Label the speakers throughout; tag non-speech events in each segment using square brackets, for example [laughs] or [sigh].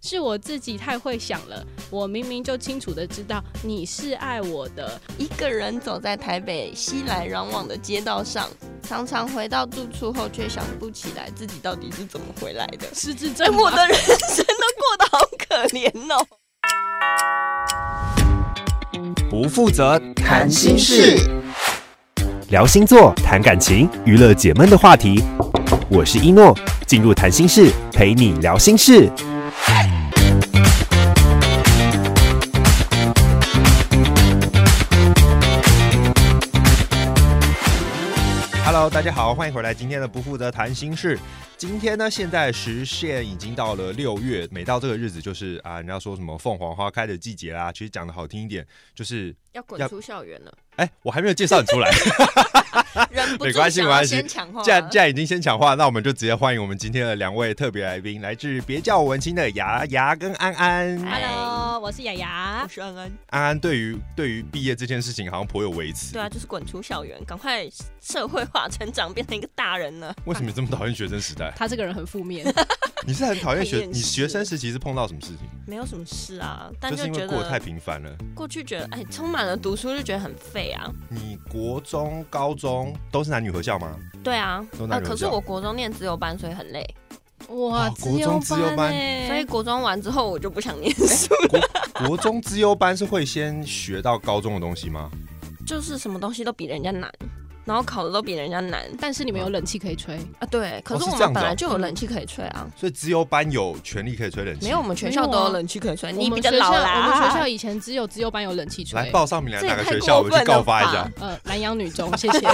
Speaker 1: 是我自己太会想了。我明明就清楚的知道你是爱我的，
Speaker 2: 一个人走在台北熙来攘往的街道上，常常回到住处后，却想不起来自己到底是怎么回来
Speaker 3: [laughs]
Speaker 2: 的。
Speaker 1: 失智
Speaker 2: 哎、
Speaker 1: 症吗。
Speaker 2: 我的人生都过得好可怜哦。
Speaker 3: 不负责
Speaker 4: 谈心事，
Speaker 3: 聊星座、谈感情、娱乐解闷的话题。我是一诺，进入谈心室陪你聊心事。Hello，大家好，欢迎回来。今天的不负责谈心事，今天呢，现在时限已经到了六月，每到这个日子就是啊，人家说什么凤凰花开的季节啦。其实讲的好听一点，就是
Speaker 2: [laughs] 要滚
Speaker 3: 要
Speaker 2: 出校园了，
Speaker 3: 哎、我还没有介绍你出来。
Speaker 2: [laughs] 忍不住
Speaker 3: 没关系
Speaker 2: 想
Speaker 3: 没
Speaker 2: 要
Speaker 3: 关系
Speaker 2: 先抢话
Speaker 3: 既然既
Speaker 2: 了。
Speaker 3: 然已经先讲话，那我们就直接欢迎我们今天的两位特别来宾，来自别叫我文青的牙牙跟安安。
Speaker 1: Hello，我是雅雅
Speaker 2: 我。是安安，
Speaker 3: 安安对于对于毕业这件事情好像颇有微词
Speaker 2: [laughs] 对，啊，就是滚出校园，赶快社会化成长，变成一个大人呢。
Speaker 3: 为什么你这么讨厌学生时
Speaker 2: [laughs]
Speaker 3: 代？
Speaker 1: 他这个人很负面，
Speaker 3: 你是很讨厌学
Speaker 2: 很厌世
Speaker 3: 你学生时期是碰到什么事情？
Speaker 2: 没有什么事啊，但
Speaker 3: 就是因
Speaker 2: 觉
Speaker 3: 为过得太
Speaker 2: 得
Speaker 3: 频繁了。
Speaker 2: 过去觉得哎，充满了读书就觉得很废啊。
Speaker 3: 你国中、高中都是男女合校吗？ [laughs]
Speaker 2: 对啊
Speaker 3: 都，哪
Speaker 2: 呃，
Speaker 3: 里有
Speaker 2: 可是
Speaker 3: 教
Speaker 2: 我国中念自由班，所以很累，
Speaker 1: 哇，
Speaker 3: 哦国中自优班
Speaker 1: 欸
Speaker 2: 所以国中完之后我就不想念书，
Speaker 3: 国中资优班是会先学到高中的东西吗？
Speaker 2: [laughs] 就是什么东西都比人家难，然后考的都比人家难
Speaker 1: 但是你们有冷气可以吹，
Speaker 2: 啊。对，可
Speaker 3: 哦
Speaker 2: 是
Speaker 3: 是
Speaker 2: 我
Speaker 3: 这样
Speaker 2: 们
Speaker 3: 子
Speaker 2: 本来
Speaker 3: 哦
Speaker 2: 就有冷气可以吹啊，
Speaker 3: 所以资优班有权利可以吹冷气？
Speaker 2: 没有，我，们学校
Speaker 1: 没
Speaker 2: 都
Speaker 1: 有啊
Speaker 2: 有冷气可以吹，呃你
Speaker 1: 我们
Speaker 2: 比较
Speaker 1: 学
Speaker 2: 老
Speaker 1: 校我们学
Speaker 2: 啦 [laughs]
Speaker 1: 校。以前只有自由班有冷气吹
Speaker 3: 来。报上名来
Speaker 2: 这也
Speaker 3: 哪个
Speaker 2: 太
Speaker 3: 学校，我
Speaker 2: 过
Speaker 3: 去
Speaker 2: 分
Speaker 3: 告
Speaker 2: 了
Speaker 3: 发一
Speaker 2: 吧
Speaker 3: 下。
Speaker 1: 呃，南洋女
Speaker 2: [laughs]
Speaker 1: 中，谢谢。 [laughs]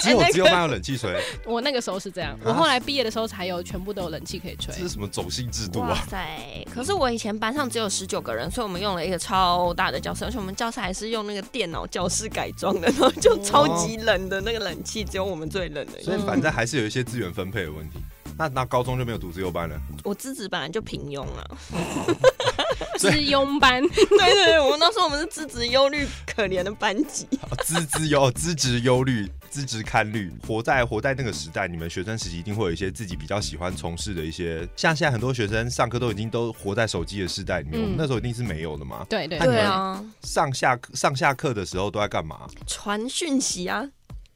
Speaker 3: 只
Speaker 2: 哎
Speaker 3: 有
Speaker 2: 那个
Speaker 3: 资优班有冷气
Speaker 2: [laughs]
Speaker 3: 吹，
Speaker 1: 我那个时候是这样，我后来毕业的时候才有全部都有冷气可以吹
Speaker 3: 这。啊是什么走心制度
Speaker 2: 哇
Speaker 3: 啊？
Speaker 2: 塞！可是我以前班上只有十九个人，所以我们用了一个超大的教室，而且我们教室还是用那个电脑教室改装的，然后就超级冷的那个冷气，只有我们最冷的。
Speaker 3: 所以反正还是有一些资源分配的问题。那那高中就没有读自由班了，
Speaker 2: 我资质本来就平庸啊， [laughs]
Speaker 3: 所以
Speaker 1: 是庸班， [laughs]
Speaker 2: 对对对，我们那时候我们是资质忧虑可怜的班级。
Speaker 3: 啊资资忧资质忧虑、资质堪虑，活在活在那个时代，你们学生时期一定会有一些自己比较喜欢从事的一些，像现在很多学生上课都已经都活在手机的时代里面，
Speaker 1: 嗯
Speaker 3: 我们那时候一定是没有的嘛。
Speaker 1: 对对
Speaker 3: 那你们
Speaker 2: 对啊，
Speaker 3: 上下课上下课的时候都在干嘛？
Speaker 2: 传讯息啊！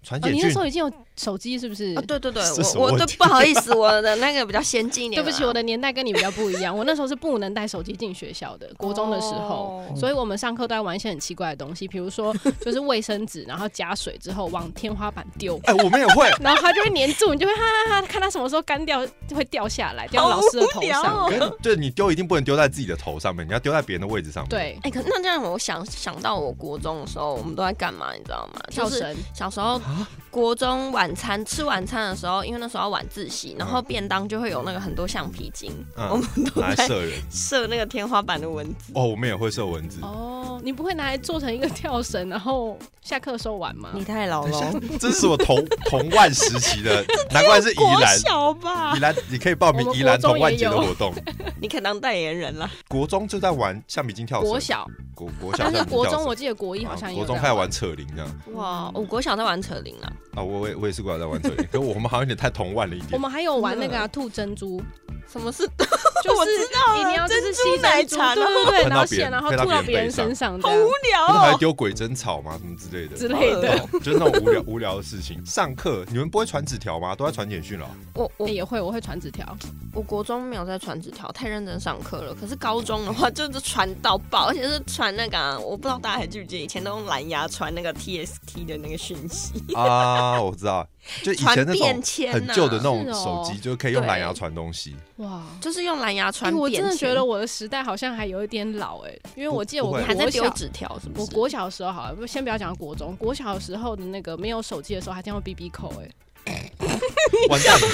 Speaker 3: 传
Speaker 1: 哦，
Speaker 3: 简
Speaker 1: 你那
Speaker 3: 讯
Speaker 1: 时。候已经有手机是不是？
Speaker 2: 啊，对对对，
Speaker 3: 是什
Speaker 2: 我
Speaker 3: 么
Speaker 2: 我
Speaker 3: 问
Speaker 2: 对
Speaker 3: 题
Speaker 2: 不好意思，我的那个比较先进一
Speaker 1: 对
Speaker 2: 点啊。
Speaker 1: 不起，我的年代跟你比较不一样。我那时候是不能带手机进学校的，国中的时候，
Speaker 2: 哦
Speaker 1: 所以我们上课都在玩一些很奇怪的东西，比如说就是卫生纸，然后加水之后往天花板丢。。
Speaker 3: 哎、我们也会
Speaker 1: 然后它就会粘住，你就会哈哈哈，看它什么时候干掉，就会掉下来，掉到老师的头
Speaker 2: 好无
Speaker 1: 上
Speaker 2: 聊。哦
Speaker 3: 可是对你丢一定不能丢在自己的头上面，你要丢在别人的位置上面。，
Speaker 1: 对，
Speaker 2: 哎、可那这样我想想到我国中的时候，我们都在干嘛，你知道吗？
Speaker 1: 跳
Speaker 2: 就是
Speaker 1: 绳，
Speaker 2: 小时候啊国中晚餐吃晚餐的时候，因为那时候要晚自习，然后嗯便当就会有那个很多橡皮筋，
Speaker 3: 嗯
Speaker 2: 我们都
Speaker 3: 拿来
Speaker 2: 在
Speaker 3: 射人。
Speaker 2: 射那个天花板的蚊子。
Speaker 3: 哦，我们也会射蚊子。
Speaker 1: 哦，你不会拿来做成一个跳绳，然后下课的时候玩吗？
Speaker 2: 你太老了，
Speaker 3: 这是
Speaker 1: [laughs]
Speaker 3: 我同同万时期的，难怪是宜
Speaker 2: 国
Speaker 3: 兰。
Speaker 2: 小吧
Speaker 3: 宜？兰，你可以报
Speaker 1: 我
Speaker 3: 名
Speaker 1: 们
Speaker 3: 宜兰
Speaker 1: 国中
Speaker 3: 同万
Speaker 1: 也
Speaker 3: 节的
Speaker 1: 有
Speaker 3: 活动。
Speaker 2: 你可当代言人了。
Speaker 3: 国中就在玩橡皮筋跳绳，
Speaker 1: 国小，
Speaker 3: 国国小
Speaker 1: 但
Speaker 3: 橡
Speaker 1: 是
Speaker 3: 皮筋
Speaker 1: 国
Speaker 3: 跳
Speaker 1: 中
Speaker 3: 绳
Speaker 1: 我记得国一
Speaker 3: 啊
Speaker 1: 好像也有
Speaker 3: 国中
Speaker 1: 在
Speaker 3: 还有玩扯铃这样
Speaker 2: 哇，我国小在玩扯铃了，
Speaker 3: 啊，我我也我也是国小在玩扯
Speaker 1: [laughs]
Speaker 3: 铃，可我们好像有点太同万了一
Speaker 1: 我
Speaker 3: 点。
Speaker 1: 们还有玩那个啊吐珍珠，
Speaker 2: 什么是
Speaker 1: 就
Speaker 2: 我
Speaker 1: 是
Speaker 2: 知道了
Speaker 1: 一定要就是吸
Speaker 2: 珍珠奶
Speaker 1: 珍珠
Speaker 2: 茶
Speaker 1: 对
Speaker 2: 然
Speaker 1: 对
Speaker 2: 后
Speaker 1: 对，
Speaker 3: 喷
Speaker 1: 然
Speaker 3: 到
Speaker 1: 后
Speaker 3: 别人
Speaker 1: 吸，然后
Speaker 3: 喷到
Speaker 1: 吐到
Speaker 3: 别
Speaker 1: 别
Speaker 3: 人
Speaker 1: 人
Speaker 3: 背
Speaker 1: 身上这
Speaker 2: 好
Speaker 1: 样
Speaker 2: 无聊
Speaker 3: 不是还
Speaker 2: 哦、
Speaker 3: 丢鬼针草吗？什么之类的
Speaker 1: 之类
Speaker 2: 好恶
Speaker 1: 的。
Speaker 3: 哦就是那种无聊无聊的事情。上课你们不会传纸条吗？都在传
Speaker 1: [laughs]
Speaker 3: 简讯了。
Speaker 2: 我我
Speaker 1: 欸也会，我会传纸条。
Speaker 2: 我国中没有在传纸条，太认真上课了。可是高中的话，就是传到爆，而且是传那个啊、我不知道大家还记不记得，以前都用蓝牙传那个 TST 的那个讯息，
Speaker 3: 啊，我知道，就以
Speaker 2: 传
Speaker 3: 前那
Speaker 2: 便
Speaker 3: 种
Speaker 2: 签、啊，
Speaker 3: 很旧的那种
Speaker 1: 是
Speaker 3: 手
Speaker 1: 哦
Speaker 3: 机，就可以用
Speaker 2: 对
Speaker 3: 蓝牙传东西。
Speaker 1: 哇，
Speaker 2: 就是用蓝牙
Speaker 1: 欸
Speaker 2: 传、便
Speaker 1: 我真的
Speaker 2: 签
Speaker 1: 觉得我的时代好像还有一点老哎、因为我记得我
Speaker 3: 不
Speaker 1: 国
Speaker 3: 会
Speaker 1: 小
Speaker 2: 还在丢纸条，是不是？
Speaker 1: 我国小的时候好了，不先不要讲国中，国小的时候的那个没有手机的时候，还这样 B B 扣哎、
Speaker 3: 完蛋了，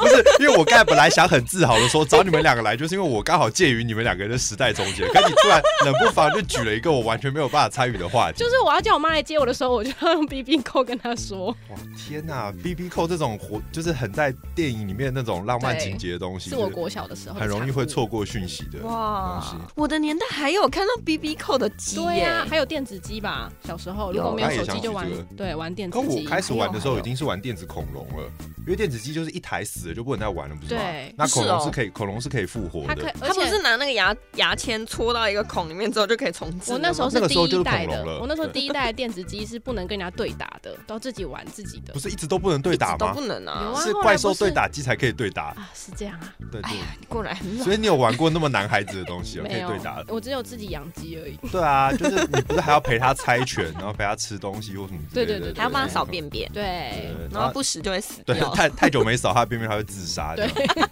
Speaker 3: 不是因为我刚才本来想很自豪的说找你们两个来，就是因为我刚好介于你们两个人的时代中间，可你突然冷不防就举了一个我完全没有办法参与的话题。
Speaker 1: 就是我要叫我妈来接我的时候，我就要用 B B 扣跟她说，
Speaker 3: [laughs] 哇天呐、b B 扣这种活就是很在电影里面那种浪漫
Speaker 1: 对
Speaker 3: 情节的东西，
Speaker 1: 是我国小的时候
Speaker 3: 就
Speaker 1: 的
Speaker 3: 是很容易
Speaker 1: 产
Speaker 3: 会
Speaker 1: 物
Speaker 3: 错。过讯息的。
Speaker 2: 哇
Speaker 3: 东西，
Speaker 2: 我的年代还有看到 BB 扣的机
Speaker 1: 对啊
Speaker 2: 耶、
Speaker 1: 呀、还有电子机吧，小时候
Speaker 2: 有
Speaker 1: 如果没有
Speaker 3: 我刚才也
Speaker 1: 手
Speaker 3: 想
Speaker 1: 机
Speaker 3: 起
Speaker 1: 就玩
Speaker 3: 这个，
Speaker 1: 对，玩电子
Speaker 3: 可我
Speaker 1: 机。
Speaker 3: 开始玩的时
Speaker 2: 还
Speaker 3: 候
Speaker 2: 有
Speaker 3: 已经是玩电子恐龙了，因为电子鸡就是一台死了就不能再玩了，不是吗？
Speaker 1: 对
Speaker 3: 那恐龙
Speaker 2: 是
Speaker 3: 是
Speaker 2: 哦
Speaker 3: 可以，恐龙是可以复活
Speaker 1: 它可
Speaker 3: 的
Speaker 1: 以。，而
Speaker 2: 他不
Speaker 1: 且
Speaker 2: 是拿那个牙牙签戳到一个孔里面之后就可以重置了吗？
Speaker 1: 我那时候
Speaker 3: 那
Speaker 1: 是
Speaker 3: 个
Speaker 1: 第
Speaker 3: 时候就是
Speaker 1: 一代
Speaker 3: 恐
Speaker 1: 的
Speaker 3: 龙了，
Speaker 1: 我那时候
Speaker 3: 对 [laughs]
Speaker 1: 第一代的电子鸡是不能跟人家对打的，都自己玩自己的
Speaker 3: 不。是一直都不能对打
Speaker 2: 一直都
Speaker 3: 吗
Speaker 2: 不？能
Speaker 1: 有
Speaker 2: 啊！
Speaker 1: 啊
Speaker 3: 是
Speaker 1: 后来
Speaker 3: 怪兽
Speaker 1: 不是
Speaker 3: 对打机才可以对打，
Speaker 1: 啊，是这样啊，
Speaker 3: 对
Speaker 2: 哎呀
Speaker 3: 对。，
Speaker 2: 你过来很
Speaker 3: [laughs] 所以你有玩过那么男孩子的东西哦，可
Speaker 1: 没
Speaker 3: 以
Speaker 1: 有
Speaker 3: 对打的，。
Speaker 1: 我只有自己养鸡
Speaker 3: [laughs]
Speaker 1: 而已。
Speaker 3: 对啊，就是你不是还要陪他猜拳，然后陪他吃东西或什么之
Speaker 1: 对
Speaker 3: 类的，
Speaker 1: 对对对
Speaker 2: 还要帮他扫。便便，
Speaker 1: 对，
Speaker 3: 对，啊
Speaker 2: 然后不时就会死
Speaker 3: 对，
Speaker 2: 掉。
Speaker 3: 太太久没扫他的便便，他会自杀。
Speaker 1: 对
Speaker 3: 这样。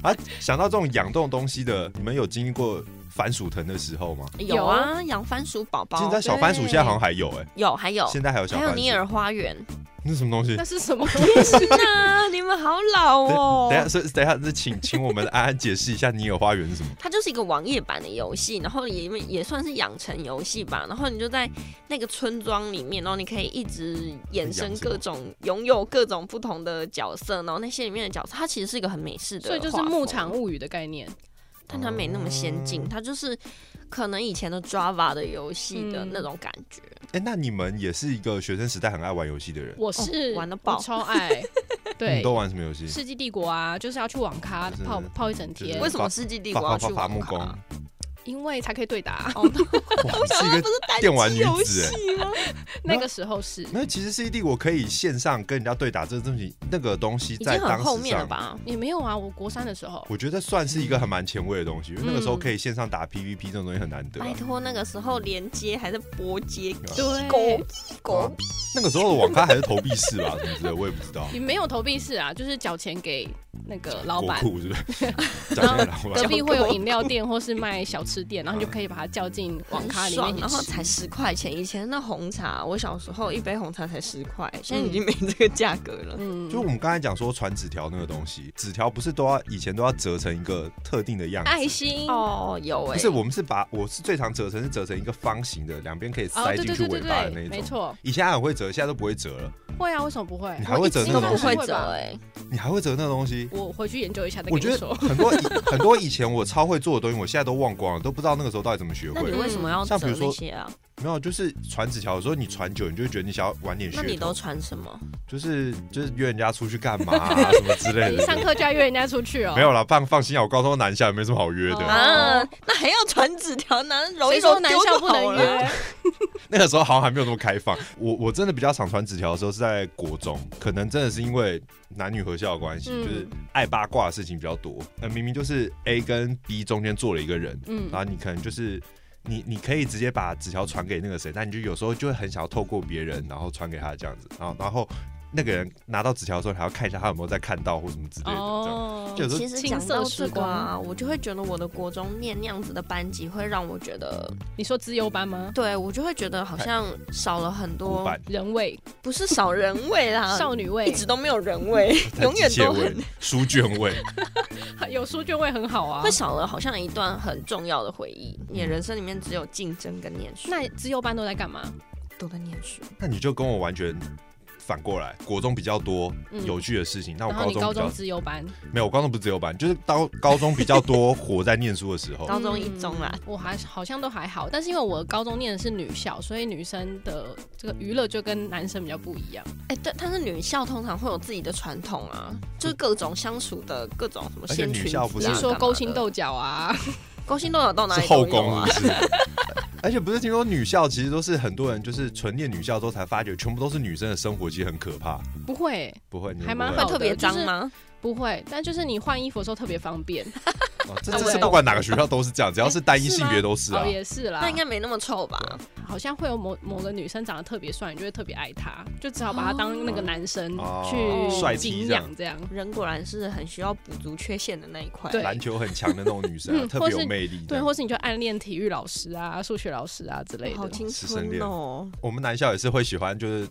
Speaker 3: 啊，想到这种养这种东西的，你们有经历过番薯藤的时候吗？
Speaker 2: 有啊，养番薯宝
Speaker 3: 现
Speaker 2: 宝
Speaker 3: 在小番薯现在好像还有哎、
Speaker 2: 有，还有
Speaker 3: 现在还有小
Speaker 2: 还
Speaker 3: 番
Speaker 2: 有
Speaker 3: 薯。
Speaker 2: 尼尔花园。
Speaker 3: 那是什么东西
Speaker 1: 那？是 [laughs] 什么东西？
Speaker 2: 那你们好老
Speaker 3: 等
Speaker 2: 哦
Speaker 3: 等一。下，是等一下，是请请我们安安解释一下尼尔花园是什么？
Speaker 2: 它就是一个网页版的游戏，然后也也算是养成游戏吧。然后你就在那个村庄里面，然后你可以一直衍生各种拥有各种不同的角色，然后那些里面的角色，它其实是一个很美式的，
Speaker 1: 所以就是《牧场，物语》的概念，
Speaker 2: 但它没那么先进，它就是可能以前的 Java 的游戏的那种感觉。
Speaker 3: 哎、那你们也是一个学生时代很爱玩游戏的人，
Speaker 1: 我是、
Speaker 2: 哦玩得爆
Speaker 1: 我超
Speaker 3: [laughs]
Speaker 1: 爱。
Speaker 3: 你
Speaker 1: 对
Speaker 3: 们，都玩什么游戏？
Speaker 1: 《世纪帝国》啊，就是要去网咖
Speaker 3: 就是
Speaker 1: 泡泡一整
Speaker 3: 对
Speaker 1: 天
Speaker 2: 为，什么《世纪帝
Speaker 3: 伐
Speaker 2: 国》
Speaker 3: 伐
Speaker 2: 要
Speaker 3: 伐
Speaker 2: 去
Speaker 3: 伐木
Speaker 2: 网
Speaker 3: 工，
Speaker 2: 咖？
Speaker 1: 因为才可以对打。
Speaker 2: 哦，
Speaker 3: 哇，你是一个
Speaker 2: 单
Speaker 3: 电玩
Speaker 2: 机
Speaker 3: 女
Speaker 2: 游
Speaker 3: 子哎、
Speaker 2: 戏吗？
Speaker 1: 那个时候是，
Speaker 3: 没有，其实 C D 我可以线上跟人家对打，这东西那个东西
Speaker 2: 已
Speaker 3: 在
Speaker 2: 经
Speaker 3: 当
Speaker 2: 很后
Speaker 3: 时
Speaker 2: 面了
Speaker 3: 上，
Speaker 2: 吧？
Speaker 1: 也没有啊，我国三的时候。
Speaker 3: 我觉得算是一个还蛮前卫的东西，因为那个时候
Speaker 1: 嗯哎
Speaker 3: 可以线上打 P V P 这种东西很难得啊、
Speaker 2: 拜托，那个时候连接还在拨接，
Speaker 1: 对
Speaker 2: 狗狗
Speaker 3: 那个时候的网咖还是投币式吧， [laughs] 什么之类的，我也不知道。
Speaker 1: 也没有投币式啊，就是缴钱给那个老
Speaker 3: 国
Speaker 1: 板，
Speaker 3: 库是不
Speaker 1: [laughs]
Speaker 3: 是？讲给老
Speaker 1: 隔
Speaker 3: 板。
Speaker 1: 壁会有饮料店或是卖小吃店，然后你就
Speaker 3: 嗯
Speaker 1: 可以把它叫进网咖里面
Speaker 2: 爽啊
Speaker 1: 去
Speaker 2: 然后
Speaker 1: 吃。
Speaker 2: 才十块钱。以前那红茶，我小时候一杯红茶才十块，现在已经没这个价格了。
Speaker 1: 嗯
Speaker 3: 就我们刚才讲说传纸条那个东西，纸条不是都要以前都要折成一个特定的样子？
Speaker 1: 爱心哦，
Speaker 2: 哦，有哎、
Speaker 3: 不是，我们是把我是最常折成是折成一个方形的，两边可以塞
Speaker 1: 哦对
Speaker 3: 进
Speaker 1: 对
Speaker 3: 去
Speaker 1: 对
Speaker 3: 尾
Speaker 1: 对
Speaker 3: 巴的那
Speaker 1: 对，
Speaker 3: 一
Speaker 1: 没
Speaker 3: 种。
Speaker 1: 错，
Speaker 3: 以前还很会折，现在都不会折了。
Speaker 1: 会啊，为什么不会
Speaker 3: 你？还会折
Speaker 2: 一直
Speaker 3: 那
Speaker 2: 都
Speaker 3: 个
Speaker 2: 不
Speaker 3: 东西？
Speaker 2: 会
Speaker 1: 会
Speaker 2: 折
Speaker 1: 吧
Speaker 2: 哎、
Speaker 3: 你还会折那个东西？
Speaker 1: 我回去研究一下再
Speaker 3: 我
Speaker 1: 跟
Speaker 3: 觉
Speaker 1: 你
Speaker 3: 得
Speaker 1: 说。
Speaker 3: 很多以 [laughs] 很多以前我超会做的东西，我现在都忘光了，都不知道那个时候到底怎么学
Speaker 2: 那
Speaker 3: 会
Speaker 2: 你。为什么要
Speaker 3: 像比
Speaker 2: 折
Speaker 3: 如说
Speaker 2: 那些啊？
Speaker 3: 没有，就是传纸条的时候，你传久，你就会觉得你想要玩点
Speaker 2: 那
Speaker 3: 噱
Speaker 2: 你
Speaker 3: 头
Speaker 2: 都，传什么？
Speaker 3: 就是就是约人家出去干嘛啊什么之类
Speaker 1: 你
Speaker 3: 的。
Speaker 1: 上课就要约人家出去哦？
Speaker 3: 没有啦，放放心啊，我高中南下也没什么好约的。
Speaker 1: 哦
Speaker 2: 啊，那还要传纸条，拿揉一
Speaker 1: 谁
Speaker 2: 揉
Speaker 1: 说男
Speaker 2: 丢
Speaker 1: 校
Speaker 2: 就
Speaker 1: 不
Speaker 2: 好
Speaker 1: 能
Speaker 2: 了。
Speaker 1: 约？
Speaker 3: 那个时候好像还没有那么开放。我我真的比较常传纸条的时候是在国中，可能真的是因为男女合校的关系，
Speaker 1: 嗯
Speaker 3: 就是爱八卦的事情比较多。呃，明明就是 A 跟 B 中间坐了一个人， [laughs]
Speaker 1: 嗯
Speaker 3: 然后你可能就是。你你可以直接把纸条传给那个谁，但你就有时候就会很想要透过别人，然后传给他这样子，然后然后那个人拿到纸条的时候，还要看一下他有没有在看到或什么之类的，这样
Speaker 1: 哦
Speaker 3: 就，有时候
Speaker 2: 其实
Speaker 1: 青
Speaker 2: 讲
Speaker 1: 涩
Speaker 2: 到
Speaker 1: 时
Speaker 2: 这个啊，
Speaker 1: 光
Speaker 2: 我就会觉得我的国中念那样子的班级，会让我觉得，
Speaker 1: 你说资优班吗？
Speaker 2: 对我就会觉得好像少了很
Speaker 3: 古
Speaker 2: 多，
Speaker 3: 板
Speaker 1: 人味、
Speaker 2: 不是少人味
Speaker 1: [laughs]
Speaker 2: 啦，
Speaker 1: 少女
Speaker 2: 啊一
Speaker 1: 味，
Speaker 2: 直都没有人味，
Speaker 3: [laughs]
Speaker 2: 永远
Speaker 3: 机械
Speaker 2: 都
Speaker 3: 味
Speaker 2: 很、
Speaker 3: 书卷味，
Speaker 1: 有书卷味很好啊
Speaker 2: 会。少了好像一段很重要的回忆。你的人生里面只有竞争跟念书，
Speaker 1: 那资优班都在干嘛？
Speaker 2: 都在念书。
Speaker 3: 那你就跟我完全反过来，国中比较多
Speaker 1: 嗯
Speaker 3: 有趣的事情，那我
Speaker 1: 然后
Speaker 3: 高
Speaker 1: 你
Speaker 3: 中
Speaker 1: 高
Speaker 3: 比较
Speaker 1: 中资优班，
Speaker 3: 没有，我高中不是自由班，就是到高中比较多活在念书的时候。
Speaker 2: 高中一中啊啦
Speaker 1: 嗯，我还好像都还好，但是因为我高中念的是女校，所以女生的这个娱乐就跟男生比较不一样。
Speaker 2: 哎、对，但是女校通常会有自己的传统啊，就是各种相处的各种什么
Speaker 3: 嗯而且
Speaker 2: 先
Speaker 3: 女
Speaker 2: 群
Speaker 3: 校不
Speaker 2: 子
Speaker 1: 你
Speaker 3: 是
Speaker 2: 啊
Speaker 1: 是说
Speaker 2: 干嘛
Speaker 1: 勾心
Speaker 2: 的
Speaker 1: 斗角啊？ [laughs]
Speaker 2: 勾心斗角到哪
Speaker 3: 是
Speaker 2: 里都
Speaker 3: 后
Speaker 2: 有
Speaker 3: 宫
Speaker 2: 啊？
Speaker 3: 是不是？ [laughs] 而且不是听说女校其实都是很多人就是纯念女校之后才发觉，全部都是女生的生活其实很可怕。
Speaker 1: 不会，
Speaker 3: 不会，你们
Speaker 1: 还蛮
Speaker 3: 不
Speaker 1: 好
Speaker 2: 会
Speaker 3: 会
Speaker 1: 的
Speaker 2: 特别脏
Speaker 1: 就是
Speaker 2: 吗？
Speaker 1: 不会，但就是你换衣服的时候特别方便。
Speaker 3: 哦这这
Speaker 1: 对
Speaker 3: 是不管哪个学校都是这样，只要是单一性别都是啊
Speaker 1: 哦，。也是啦。
Speaker 2: 那应该没那么臭吧？
Speaker 3: 啊
Speaker 1: 好像会有某某个女生长得特别帅，你就会特别爱她，就只好把她当那个男生
Speaker 3: 哦
Speaker 1: 去
Speaker 3: 帅
Speaker 1: 敬
Speaker 3: 气这样
Speaker 1: 仰这样。
Speaker 2: 人果然是很需要补足缺陷的那一块。
Speaker 1: 对
Speaker 3: 篮球很强的那种女生
Speaker 1: [laughs]
Speaker 3: 啊，
Speaker 1: 嗯
Speaker 3: 特别
Speaker 1: 或
Speaker 3: 有
Speaker 1: 是
Speaker 3: 魅力。
Speaker 1: 对，或是你就暗恋体育老师啊、数学老师啊之类
Speaker 2: 好
Speaker 1: 的。
Speaker 2: 青
Speaker 3: 师生
Speaker 2: 春
Speaker 3: 恋
Speaker 2: 哦！
Speaker 3: 我们男校也是会喜欢就是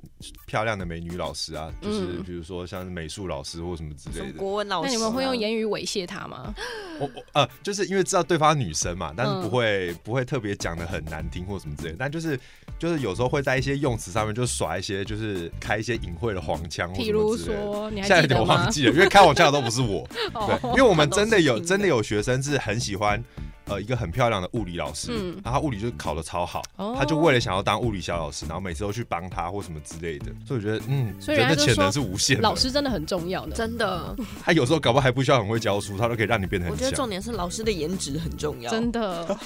Speaker 3: 漂亮的美女老师啊，就是
Speaker 1: 嗯
Speaker 3: 比如说像是美术老师或什么之
Speaker 2: 什
Speaker 3: 类
Speaker 2: 么
Speaker 3: 的。
Speaker 2: 国文老师
Speaker 1: 那
Speaker 2: 啊？
Speaker 1: 你们会用言语猥亵她吗？
Speaker 3: 我我呃，就是因为知道对方是女生嘛，但是
Speaker 1: 嗯
Speaker 3: 不会、不会特别讲的很难听或什么之类的，但就是就是有时候会在一些用词上面就耍一些，就是开一些隐晦的黄腔或
Speaker 1: 譬
Speaker 3: 什哦么
Speaker 1: 如
Speaker 3: 之类的。
Speaker 1: 说，你
Speaker 3: 现在
Speaker 1: 还记得
Speaker 3: 有点
Speaker 1: 吗 [laughs] 哦
Speaker 3: 哦忘？记了，因为开黄腔的都不是我，对，因为我们真的有
Speaker 2: 他都是听的
Speaker 3: 真的有学生是很喜欢呃一个很漂亮的物理老师，
Speaker 1: 嗯
Speaker 3: 然后他物理就考得超好，
Speaker 1: 哦
Speaker 3: [laughs] 他就为了想要当物理小老师，然后每次都去帮他或什么之类的，所以我觉得嗯，
Speaker 1: 所以
Speaker 3: 人
Speaker 1: 人
Speaker 3: 的
Speaker 1: 家就
Speaker 3: 潜能
Speaker 1: 说
Speaker 3: 是无限的
Speaker 1: 老。师真的很重要呢。
Speaker 2: 真的，
Speaker 3: 他有时候搞不好还不需要很会教书，他都可以让你变得
Speaker 2: 我
Speaker 3: 很
Speaker 2: 觉得
Speaker 3: 强。
Speaker 2: 重点是老师的颜值很重要。
Speaker 1: 真
Speaker 3: [laughs]
Speaker 1: 的，哦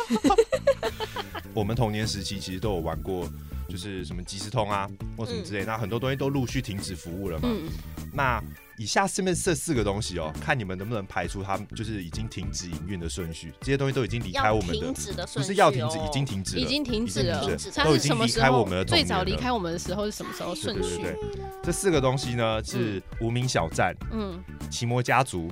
Speaker 3: 我们童年时期其实都有玩过，就是什么即时通啊或什么之类，那很多东西都陆续停止服务了嘛。
Speaker 1: 嗯，
Speaker 3: 那以下上面这四个东西哦，看你们能不能排除它们就是已经停止营运的顺序，这些东西都已经离开
Speaker 2: 要
Speaker 3: 我们的
Speaker 2: 停，止的顺序、
Speaker 3: 不
Speaker 2: 哦，
Speaker 3: 是要停止，已经停止了，
Speaker 1: 已经停止了
Speaker 3: 已经
Speaker 2: 停止。了
Speaker 1: 它
Speaker 3: 都
Speaker 1: 是
Speaker 3: 已经
Speaker 1: 什么
Speaker 3: 离
Speaker 1: 时
Speaker 3: 开我
Speaker 1: 候
Speaker 3: 们的童
Speaker 1: 最
Speaker 3: 年
Speaker 1: 早离
Speaker 3: 了
Speaker 1: 开我们的时候是什么时候
Speaker 3: 对
Speaker 1: 顺
Speaker 3: 对对
Speaker 1: 序？
Speaker 3: 对，这四个东西呢是无名小站、
Speaker 1: 嗯，
Speaker 3: 奇摩家族，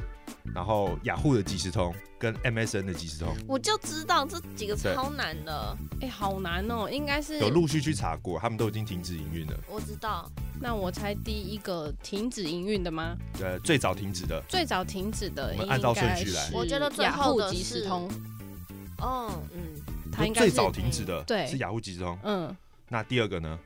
Speaker 3: 然后雅虎的即时通跟 MSN 的即时通，
Speaker 2: 我就知道这几个
Speaker 3: 对
Speaker 2: 超难的，
Speaker 1: 哎、好难哦，应该是
Speaker 3: 有陆续去查过，他们都已经停止营运了。
Speaker 2: 我知道。
Speaker 1: 那我猜第一个停止营运的吗？
Speaker 3: 呃，最早停止的
Speaker 1: 最早停止的
Speaker 3: 我
Speaker 1: 应
Speaker 3: 们
Speaker 1: 该
Speaker 3: 按照顺序来
Speaker 1: 是
Speaker 2: 我觉得最
Speaker 1: 雅
Speaker 2: 后
Speaker 1: 虎
Speaker 2: 的
Speaker 1: 即
Speaker 2: 是
Speaker 1: 时通，
Speaker 2: 哦，嗯，
Speaker 1: 它应该
Speaker 3: 最
Speaker 1: 是
Speaker 3: 早停止的，
Speaker 1: 对
Speaker 3: 是雅虎即时通。
Speaker 1: 嗯，
Speaker 3: 那第二个呢？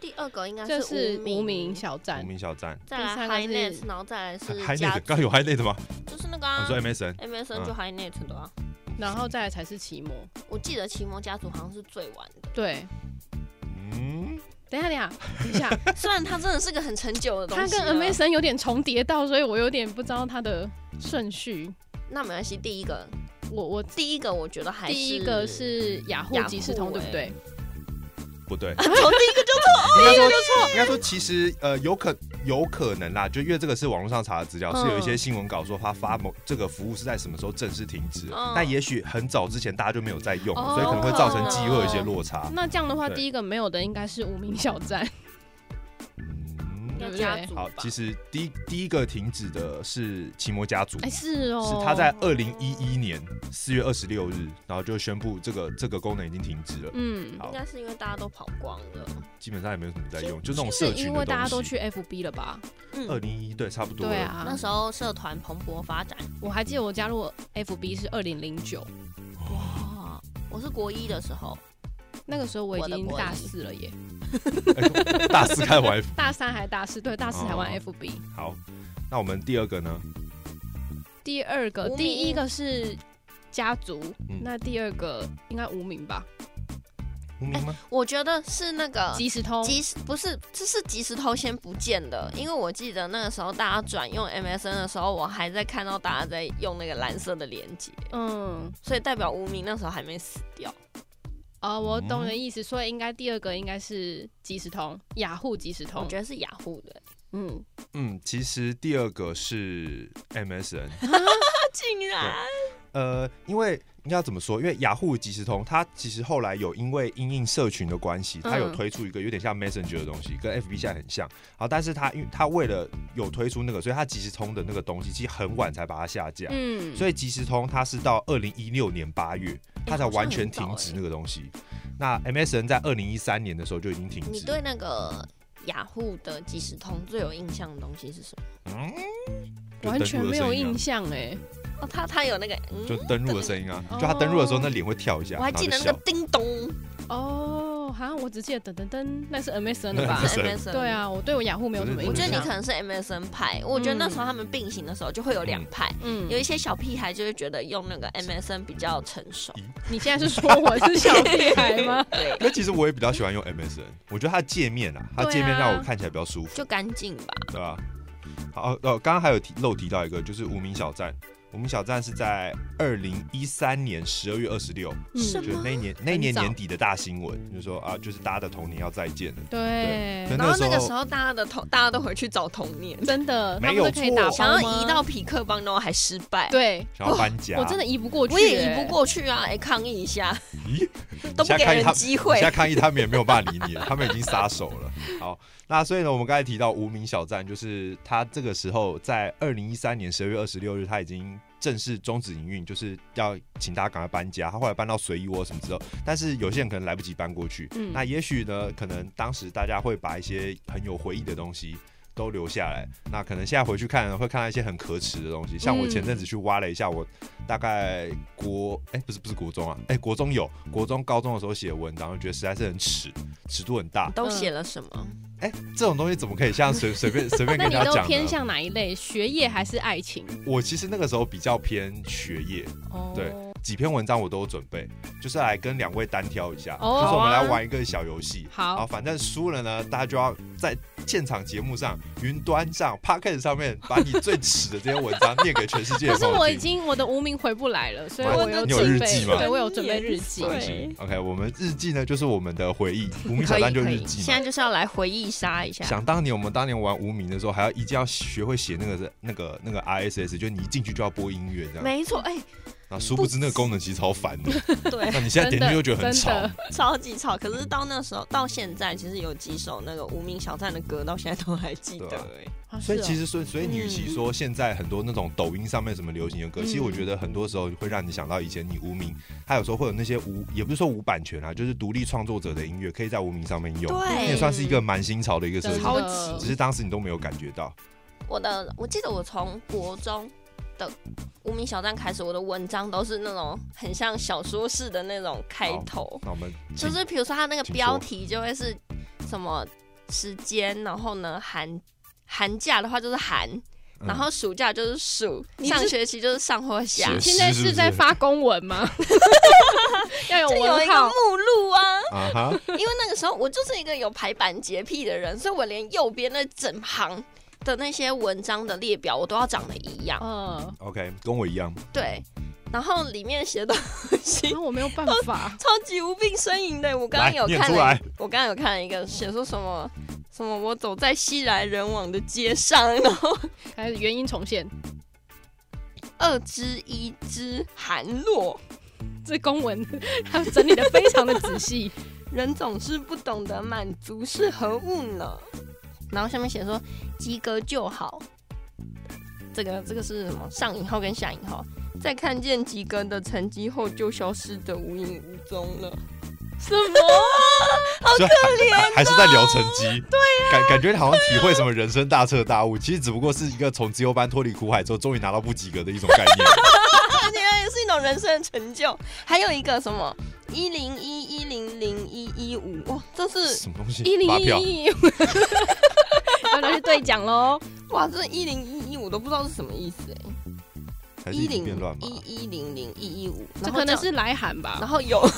Speaker 2: 第二个应该
Speaker 1: 这是
Speaker 2: 无
Speaker 1: 无名，小
Speaker 3: 无
Speaker 1: 站，
Speaker 3: 名小站。
Speaker 2: 再来
Speaker 1: 第三个
Speaker 2: High
Speaker 1: 是
Speaker 2: Net，然后再
Speaker 3: [laughs]
Speaker 2: 来是
Speaker 3: Hi
Speaker 2: 家
Speaker 3: Net，刚有 Hi Net 吗？
Speaker 2: 就是那个
Speaker 3: 你
Speaker 2: 啊
Speaker 3: 说 MSN？
Speaker 2: ，MSN 就
Speaker 3: 哦嗯
Speaker 2: High Net 的啊。
Speaker 1: 然后再来才是奇摩。
Speaker 2: 我记得奇摩家族好像是最晚的， [laughs]
Speaker 1: 对，
Speaker 3: 嗯，
Speaker 1: 等一下，等一下，等一下，
Speaker 2: 虽然它真的是个很陈旧的东
Speaker 1: 它
Speaker 2: 西啊。
Speaker 1: 跟 MSN 有点重叠到，所以我有点不知道它的顺序。
Speaker 2: 那没关系，第一个，
Speaker 1: 我我
Speaker 2: 第一个我觉得还是
Speaker 1: 第一个是雅虎即时通，
Speaker 2: 雅虎
Speaker 1: 对不对？
Speaker 3: 不对，
Speaker 2: 从第一个
Speaker 3: 应该说应该说，其实呃，有可有可能啦，就因为这个是网络上查的资料，
Speaker 1: 嗯
Speaker 3: 是有一些新闻稿说他发某这个服务是在什么时候正式停止
Speaker 2: 嗯，
Speaker 3: 但也许很早之前大家就没有在用，
Speaker 1: 哦
Speaker 3: 所以可能会造成机会有一些
Speaker 2: 欸
Speaker 3: 落差。
Speaker 1: 那这样的话，
Speaker 3: 对
Speaker 1: 第一个没有的应该是无名小站。
Speaker 3: 嗯
Speaker 2: 要家族
Speaker 3: 好
Speaker 2: 吧，，
Speaker 3: 其实第一第一个停止的是奇摩家族
Speaker 1: 哎，。是哦，
Speaker 3: 是他在二零一一年四月二十六日，然后就宣布这个这个功能已经停止了。
Speaker 1: 嗯，
Speaker 3: 好
Speaker 2: 应，该是因为大家都跑光了。
Speaker 3: 基本上也没有什么在用，
Speaker 1: 是
Speaker 3: 就那种
Speaker 1: 是
Speaker 3: 社
Speaker 1: 因
Speaker 3: 群
Speaker 1: 为
Speaker 3: 的
Speaker 1: 大家都
Speaker 3: 东西。
Speaker 1: 去 FB 了吧？
Speaker 3: 二
Speaker 2: 嗯，
Speaker 3: 零一对，差不多了。
Speaker 1: 对啊，
Speaker 2: 那时候社团蓬勃发展。
Speaker 1: 我还记得我加入 FB 是二零零九，
Speaker 2: 哇，我是国一的时候，
Speaker 1: 那个时候我已
Speaker 2: 我的
Speaker 1: 经
Speaker 2: 国
Speaker 1: 大
Speaker 2: 一
Speaker 1: 四了耶，
Speaker 3: [laughs] 大四开玩
Speaker 1: 大三还大四，对，大四还玩
Speaker 3: 哦
Speaker 1: FB。
Speaker 3: [laughs] 好，那我们第二个呢？
Speaker 1: 第二个
Speaker 2: 无，名
Speaker 1: 第一个是家族，
Speaker 3: 嗯
Speaker 1: 那第二个应该无名吧？
Speaker 3: 无名吗？
Speaker 1: 哎
Speaker 2: 我觉得是那个
Speaker 1: 即时通，
Speaker 2: 呃即时不是，这是即时偷先不见的，因为我记得那个时候大家转用 MSN 的时候，我还在看到大家在用那个蓝色的连接，
Speaker 1: 嗯，
Speaker 2: 所以代表无名那时候还没死掉。
Speaker 1: 哦，我懂
Speaker 3: 嗯
Speaker 1: 你的意思，所以应该第二个应该是即时通，雅虎即时
Speaker 2: 我
Speaker 1: 通
Speaker 2: 觉，得是雅虎的，
Speaker 1: 嗯，
Speaker 3: 嗯，其实第二个是 MSN。
Speaker 2: 他竟然
Speaker 3: 呃，因为应该要怎么说？因为雅虎即时通，它其实后来有因为因应社群的关系，它有
Speaker 1: 嗯
Speaker 3: 推出一个有点像 Messenger 的东西，跟 FB 现在很像。好，但是它因为它为了有推出那个，所以它即时通的那个东西其实很晚才把它下架。
Speaker 1: 嗯，
Speaker 3: 所以即时通它是到二零一六年八月，它才
Speaker 2: 好像
Speaker 3: 完全
Speaker 2: 很早
Speaker 3: 停止
Speaker 2: 欸
Speaker 3: 那个东西。那 MSN 在二零一三年的时候就已经停
Speaker 2: 你
Speaker 3: 止。
Speaker 2: 对那个雅虎的即时通最有印象的东西是什么？
Speaker 3: 嗯，就
Speaker 1: 完
Speaker 3: 登
Speaker 1: 全
Speaker 3: 录的
Speaker 1: 没有
Speaker 3: 声音啊
Speaker 1: 印象哎，
Speaker 2: 哦，他他有那个，
Speaker 3: 就
Speaker 2: 嗯，
Speaker 3: 登录的声音啊，
Speaker 1: 哦
Speaker 3: 就他登录的时候那脸会跳一下，
Speaker 2: 我还
Speaker 3: 然后
Speaker 2: 记
Speaker 3: 就
Speaker 2: 得
Speaker 3: 笑
Speaker 2: 那个。叮咚
Speaker 1: 哦，好像我只记得噔噔噔，那是 MSN 的吧
Speaker 3: 那？
Speaker 2: 是
Speaker 3: MSN
Speaker 2: MSN。 [laughs]
Speaker 1: 对，啊，我对我雅虎没有什么
Speaker 3: 我
Speaker 1: 印
Speaker 2: 我觉
Speaker 1: 象。
Speaker 2: 得你可能是 MSN 派，我觉得那时候他们并行的时候就会有两派。
Speaker 1: 嗯
Speaker 2: 有一些小屁孩就会觉得用那个 MSN 比较成熟，
Speaker 1: 你现在是说我是小屁孩
Speaker 2: [laughs]
Speaker 1: 吗？
Speaker 2: 对，
Speaker 3: 可其实我也比较喜欢用 MSN，我觉得它的界面啊，它
Speaker 1: 对啊
Speaker 3: 界面让我看起来比较舒服，
Speaker 2: 就干净吧。
Speaker 3: 对吧、好，哦，哦刚刚还有提漏提到一个，就是无名小站。无名小站是在二零一三年十二月二十六，
Speaker 1: 嗯
Speaker 2: 是
Speaker 3: 就是
Speaker 2: 吗
Speaker 3: 那一年那一
Speaker 1: 很
Speaker 3: 年
Speaker 1: 早
Speaker 3: 年底的大新闻，就是说啊，就是大家的童年要再见了。
Speaker 1: 对
Speaker 3: 对，
Speaker 2: 然后那
Speaker 3: 那
Speaker 2: 个
Speaker 3: 时
Speaker 2: 时候大家的童，大家都回去找童年，
Speaker 1: 真的，
Speaker 3: 没
Speaker 1: 他
Speaker 3: 有
Speaker 1: 们都可以打
Speaker 3: 错
Speaker 2: 想要
Speaker 1: 包吗
Speaker 2: 移到匹克帮，然后还失败。
Speaker 1: 对，
Speaker 3: 想要搬家，
Speaker 1: 我真的移不过去，
Speaker 2: 哦
Speaker 1: 欸
Speaker 2: 我也移不。过去啊！哎、抗议一 [laughs] 下，
Speaker 3: 咦，
Speaker 2: 都不给
Speaker 3: 现在看他
Speaker 2: 人机
Speaker 3: 你
Speaker 2: 会
Speaker 3: 现在。抗议他们也没有办法理你了，他们已经撒手了。好，那所以呢，我们刚才提到无名小站，就是他这个时候在二零一三年十二月二十六日，他已经正式终止营运，就是要请大家赶快搬家。他后来搬到随意窝什么之后，但是有些人可能来不及搬过去。
Speaker 1: 嗯
Speaker 3: 那也许呢，可能当时大家会把一些很有回忆的东西。都留下来，那可能现在回去看会看到一些很可耻的东西，像我前
Speaker 2: 嗯
Speaker 3: 阵子去挖了一下，我大概国哎、不是不是国中啊，哎、国中有国中高中的时候写文章，觉得实在是很耻，尺度很大。
Speaker 2: 都写了什么？
Speaker 3: 哎、这种东西怎么可以像随随
Speaker 1: [laughs]
Speaker 3: 便随便
Speaker 1: 那
Speaker 3: 跟
Speaker 1: 你
Speaker 3: 他
Speaker 1: 都
Speaker 3: 讲啊
Speaker 1: 偏
Speaker 3: 呢？
Speaker 1: 向哪一类？学业还是爱情？
Speaker 3: 我其实那个时候比较偏学业，
Speaker 1: 哦，
Speaker 3: 对几篇文章我都有准备，就是来跟两位单挑一下，
Speaker 1: 哦
Speaker 3: 就是我
Speaker 1: 好
Speaker 3: 们
Speaker 1: 啊
Speaker 3: 来玩一个小游戏。
Speaker 1: 好
Speaker 3: 啊，反正输了呢，大家就要在现场节目上、云端上、p o c k e t 上面，把你最耻的这些文章念给全世界
Speaker 1: 可
Speaker 3: 的
Speaker 1: 是
Speaker 3: 朋
Speaker 1: [laughs]
Speaker 3: 友
Speaker 1: 我已
Speaker 3: 听。
Speaker 1: 经我的无名回不来了，所以
Speaker 3: 哇
Speaker 1: 我有
Speaker 3: 你有
Speaker 1: 准
Speaker 3: 日
Speaker 1: 备
Speaker 3: 记吗，啊
Speaker 1: 对我有准备日记
Speaker 2: 对。
Speaker 3: 放心 OK，我们日记呢，就是我们的
Speaker 1: [laughs]
Speaker 3: 回忆，无名
Speaker 2: 可
Speaker 3: 小
Speaker 2: 以
Speaker 3: 站就
Speaker 2: 可
Speaker 3: 日
Speaker 2: 以，
Speaker 3: 记
Speaker 2: 现
Speaker 3: 嘛。
Speaker 2: 在就是要来回忆杀一下。
Speaker 3: 想当年，我们当年玩无名的时候，还要一定要学会写那个那个那个 RSS，就你一进去就要播音乐这样。
Speaker 2: 没错，哎、
Speaker 3: 啊，殊不知那个功能其实超烦的。
Speaker 2: 对，[laughs]
Speaker 3: [laughs] 那你现在点进去就觉得很
Speaker 1: 真
Speaker 3: 吵
Speaker 1: 的。
Speaker 2: 超级吵。可是到那时候，到现在，其实有几首那个无名小站的歌，到现在都还记得、
Speaker 3: 对啊
Speaker 2: 哎、
Speaker 1: 啊
Speaker 3: 所以
Speaker 1: 是哦
Speaker 3: 其实，所以所以你与其说现在很多那种抖音上面什么流行的歌，
Speaker 2: 嗯
Speaker 3: 其实我觉得很多时候会让你想到以前你无名，还有时候会有那些无，也不是说无版权啊，就是独立创作者的音乐可以在无名上面用，
Speaker 2: 对，
Speaker 3: 那也算是一个蛮新潮的一个设
Speaker 1: 真的，
Speaker 3: 计
Speaker 2: 超
Speaker 3: 只是当时你都没有感觉到。
Speaker 2: 我的，我记得我从国中的无名小站开始，我的文章都是那种很像小说式的那种开头，
Speaker 3: 那我们
Speaker 2: 就
Speaker 3: 请
Speaker 2: 是比如说它那个
Speaker 3: 请
Speaker 2: 标
Speaker 3: 说
Speaker 2: 题就会是什么时间，然后呢寒寒假的话就是寒，
Speaker 3: 嗯
Speaker 2: 然后暑假就是暑，
Speaker 1: 你是
Speaker 2: 上学期就是上或下
Speaker 3: 是
Speaker 1: 你。现在
Speaker 3: 是不
Speaker 1: 是
Speaker 3: 是
Speaker 1: 在发公文吗？ [laughs] 要有
Speaker 2: 就有一
Speaker 1: 文
Speaker 2: 个
Speaker 1: 号，嗯
Speaker 2: 目录啊，
Speaker 3: 啊哈，
Speaker 2: 因为那个时候我就是一个有排版洁癖的人，所以我连右边那整行的那些文章的列表我都要长得一样。
Speaker 1: 嗯，
Speaker 3: OK，跟我一样，
Speaker 2: 对，然后里面写的 [laughs] 东西
Speaker 1: 然后我没有办法，
Speaker 2: 超级无病呻吟的。我刚
Speaker 3: 来
Speaker 2: 刚有
Speaker 3: 念
Speaker 2: 看
Speaker 3: 出
Speaker 2: 了
Speaker 3: 来
Speaker 2: 一，我刚刚有看了一个写说什么什么，我走在熙来人往的街上，然后 [laughs]
Speaker 1: 还是原因重现，
Speaker 2: 二之一之寒落。
Speaker 1: 这公文他整理的非常的仔细，
Speaker 2: 人总是不懂得满足是何物呢？然后下面写说及格就好。这个这个是什么？上引号跟下引号。在看见及格的成绩后，就消失的无影无踪了。
Speaker 1: 什么？
Speaker 3: 好可怜，还是在聊成绩，对、感感觉你好像体会什么人生大彻大悟，其实只不过是一个从自由班脱离苦海之后，终于拿到不及格的一种概念。
Speaker 1: [laughs]
Speaker 2: 而且它也是一种人生的成就。还有一个什么一零一一零零一一五，哇，这是
Speaker 3: 什么东西？
Speaker 1: 一零
Speaker 3: 发票。
Speaker 1: 一一，要拿去兑奖 [laughs] 喽。
Speaker 2: 哇，这一零一一五都不知道是什么意思哎、
Speaker 3: 还是
Speaker 2: 一
Speaker 3: 一直
Speaker 2: 零
Speaker 3: 变乱嘛？
Speaker 2: 一一零零一一五，
Speaker 1: 这
Speaker 2: 然后
Speaker 1: 可能
Speaker 2: 叫
Speaker 1: 是来函
Speaker 2: 然
Speaker 1: 吧？
Speaker 2: 后有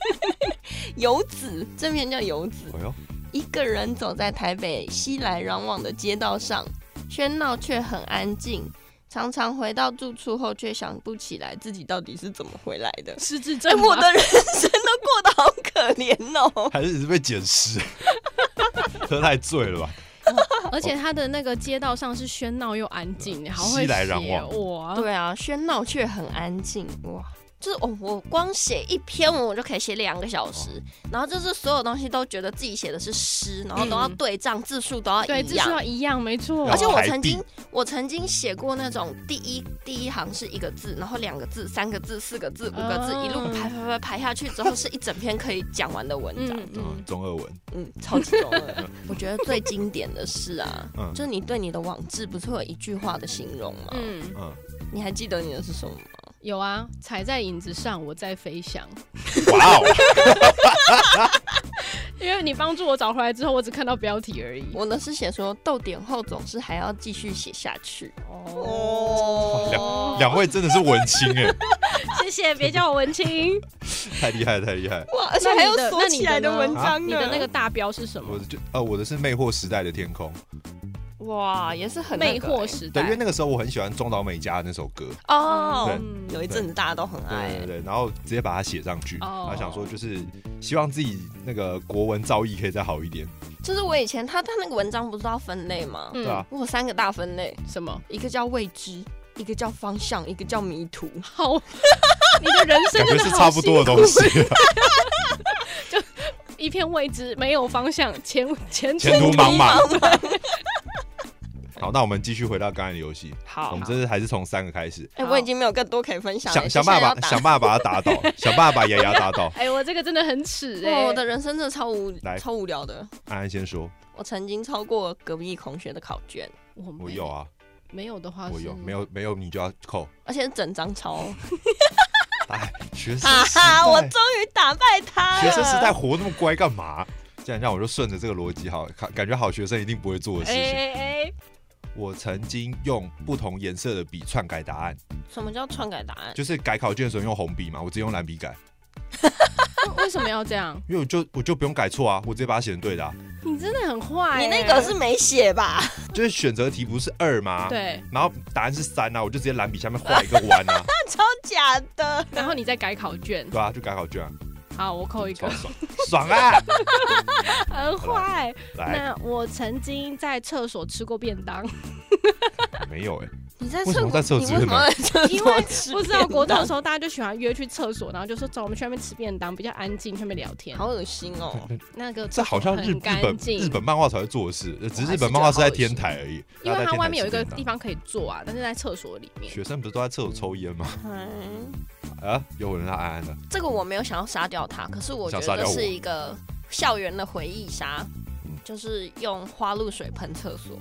Speaker 2: [laughs] 游子，正片叫游子，
Speaker 3: 哎呦，
Speaker 2: 一个人走在台北熙来攘往的街道上，喧闹却很安静。常常回到住处后，却想不起来自己到底是怎么回来
Speaker 1: [laughs]
Speaker 2: 的。
Speaker 1: 失智
Speaker 2: 哎、
Speaker 1: 症吗，
Speaker 2: 我的人生都过得好可怜哦。
Speaker 3: 还是只是被捡尸，喝太醉了吧？
Speaker 1: 而且他的那个街道上是喧闹又安静，好会
Speaker 3: 熙来
Speaker 1: 写
Speaker 3: 攘往
Speaker 1: 哇！
Speaker 2: 对啊，喧闹却很安静哇。就是我、我光写一篇文，我就可以写两个小
Speaker 1: 哦
Speaker 2: 时，然后就是所有东西都觉得自己写的是诗，然后都要
Speaker 1: 嗯
Speaker 2: 对仗，字数都要
Speaker 1: 对，
Speaker 2: 一
Speaker 1: 至少
Speaker 2: 样。
Speaker 1: 一样，没错。
Speaker 2: 而且我
Speaker 3: 排
Speaker 2: 曾
Speaker 3: 比
Speaker 2: 经，我曾经写过那种第一第一行是一个字，然后两个字、三个字、四个字、五个字，一路
Speaker 1: 哦
Speaker 2: 排排排排下去之后，是一整篇可以讲完的文章。
Speaker 1: 嗯
Speaker 3: 嗯
Speaker 1: 嗯，，
Speaker 3: 中二文，
Speaker 2: 嗯，超级中二。我觉得最经典的是啊，
Speaker 3: 嗯
Speaker 2: 就是你对你的网志不是会有一句话的形容吗？
Speaker 1: 嗯，
Speaker 3: 嗯，
Speaker 2: 你还记得你的是什么吗？
Speaker 1: 有啊，踩在影子上，我在飞翔。
Speaker 3: 哇哦，
Speaker 1: 因为你帮助我找回来之后，我只看到标题而已。
Speaker 2: 我呢是写说逗点后总是还要继续写下去。
Speaker 1: 哦
Speaker 2: 哦
Speaker 3: 哦两位真的是文青哎，
Speaker 1: 谢谢，别叫我文青。
Speaker 3: 太厉害了太厉害了！
Speaker 2: 哇，而且还有锁起来文章
Speaker 1: 你的那个大标是什
Speaker 3: 我
Speaker 1: 么
Speaker 3: 的？就呃我的是魅惑时代的天空，
Speaker 2: 哇，也是很那
Speaker 1: 魅
Speaker 2: 个
Speaker 1: 惑
Speaker 2: 欸
Speaker 1: 时
Speaker 3: 对，因为
Speaker 1: 代。
Speaker 3: 那个时候我很喜欢中岛美嘉的那首歌，
Speaker 2: 哦。
Speaker 1: 嗯
Speaker 2: 有一阵子大家都很爱
Speaker 3: 对对对，然后直接把它写上去，然
Speaker 1: 哦
Speaker 3: 后想说就是希望自己那个国文造诣可以再好一点，
Speaker 2: 就是我以前他他那个文章不是要分类吗？
Speaker 1: 嗯
Speaker 3: 对啊，
Speaker 2: 我有三个大分类，
Speaker 1: 什么？
Speaker 2: 一个叫未知，一个叫方向，一个叫迷
Speaker 3: [laughs]
Speaker 2: 途。
Speaker 1: 好， [laughs] 你的人生
Speaker 3: 感
Speaker 1: 真
Speaker 3: 觉
Speaker 1: 的
Speaker 3: 是
Speaker 1: 好
Speaker 3: 差不多的东西 [laughs]
Speaker 1: 辛苦，，一片未知，没有方向，前前
Speaker 3: 前途
Speaker 1: 途
Speaker 3: 茫茫。好，那我们继续回到刚才的游戏，
Speaker 2: [laughs] 好
Speaker 3: 我们这次还是从三个开始，
Speaker 2: 哎、
Speaker 1: 好
Speaker 2: 我已经没有更多可以分享了。
Speaker 3: 想想办
Speaker 2: 现在要
Speaker 3: 法
Speaker 2: 打
Speaker 3: 想办法把他打倒，想办法把雅雅打倒。
Speaker 1: 哎、我这个真的很耻哎、
Speaker 2: 哇，
Speaker 3: 哦
Speaker 2: 我的人生真的超无
Speaker 3: 来
Speaker 2: 超无聊的。
Speaker 3: 安安先说，
Speaker 2: 我曾经超过隔壁同学的考卷，
Speaker 1: 我
Speaker 3: 我
Speaker 1: 没
Speaker 3: 有，啊，
Speaker 1: 没有的
Speaker 2: 哎
Speaker 1: 话是
Speaker 3: 我有，没有没有你就要扣。
Speaker 2: 而且是整张抄。
Speaker 3: 哎，学生
Speaker 2: 哈
Speaker 3: 时
Speaker 2: [laughs] 哈，我
Speaker 3: 代，
Speaker 2: 终于打败他了。
Speaker 3: 学生时代活那么乖干嘛？既然让我就顺着这个逻辑好了，看感觉好学生一定不会做的事
Speaker 2: 哎
Speaker 3: 情。
Speaker 2: 哎哎，
Speaker 3: 我曾经用不同颜色的笔篡改答案，
Speaker 2: 什么叫篡改答案？
Speaker 3: 就是改考卷的时候用红笔嘛，我直接用蓝笔改，
Speaker 1: 为什么要这样？
Speaker 3: [laughs] 因为我就我就不用改错啊，我直接把它写成对的、啊。
Speaker 1: 你真的很坏、欸
Speaker 2: 你那个是没写吧？
Speaker 3: 就是选择题不是二吗？。
Speaker 1: 对，
Speaker 3: 然后答案是三啊，我就直接蓝笔下面画一个弯啊，
Speaker 2: [laughs] 超假的。
Speaker 1: 然后你再改考卷
Speaker 3: 对。吧、啊？就改考卷啊，
Speaker 1: 好，我扣一
Speaker 3: 超
Speaker 1: 个，
Speaker 3: 爽，
Speaker 1: [laughs]
Speaker 3: 爽啊！
Speaker 1: 很坏。
Speaker 3: 来，
Speaker 1: 那我曾经在厕所吃过便当，
Speaker 3: 没有哎、
Speaker 2: 你在
Speaker 3: 为什么在厕所
Speaker 2: 你为什么在厕
Speaker 1: 因为
Speaker 2: 所吃
Speaker 1: 不知道国中的
Speaker 2: 便
Speaker 1: 时候大家就喜欢约去厕所，然后就说走，我们去那边吃便当，比较安静，去那边聊天
Speaker 2: 当？。 [laughs] 好恶心哦！
Speaker 1: 那个
Speaker 3: 这好像日
Speaker 1: 很
Speaker 3: 日本
Speaker 1: 干净
Speaker 3: 日本漫画才会做的事，呃只是日本漫画是在天台而已，
Speaker 1: 因为
Speaker 3: 大家在
Speaker 1: 它
Speaker 3: 天台
Speaker 1: 外面有一个
Speaker 3: 吃便
Speaker 1: 地
Speaker 3: 当
Speaker 1: 方可以坐啊，但是在厕所里面。
Speaker 3: 学生不是都在厕所抽烟吗？ [laughs]
Speaker 2: 嗯，
Speaker 3: 啊，有人在安安的，
Speaker 2: 这个我没有想要杀掉他，可是我觉
Speaker 3: 想杀
Speaker 2: 得
Speaker 3: 掉我
Speaker 2: 是一个校园的回忆杀
Speaker 3: 嗯，
Speaker 2: 就是用花露水喷厕所，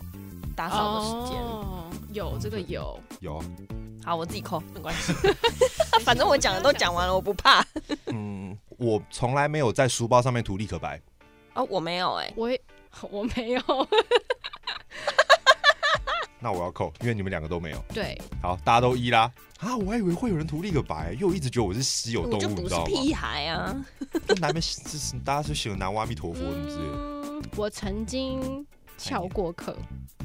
Speaker 2: 打扫的时间。
Speaker 1: 哦，有这个有。
Speaker 3: 有，啊
Speaker 2: 好，我自己扣，没关
Speaker 1: [laughs]
Speaker 2: 系。反正我讲的都讲完了，我不怕。
Speaker 3: 嗯，我从来没有在书包上面涂立可白，
Speaker 2: 哦，我没有哎、
Speaker 1: 我也我没有，
Speaker 3: 那我要扣，因为你们两个都没有。
Speaker 1: 对，
Speaker 3: 好，大家都一啦。啊，我还以为会有人涂立可白，因为我一直觉得我是稀有
Speaker 2: 我
Speaker 3: 动
Speaker 2: 就
Speaker 3: 物，你
Speaker 2: 不
Speaker 3: 知
Speaker 2: 是
Speaker 3: 道吗？
Speaker 2: 屁孩啊。
Speaker 3: 就南
Speaker 2: [laughs]
Speaker 3: 边这是大家就喜欢南无阿弥陀佛什么之类的，
Speaker 1: 嗯，我曾经翘过课，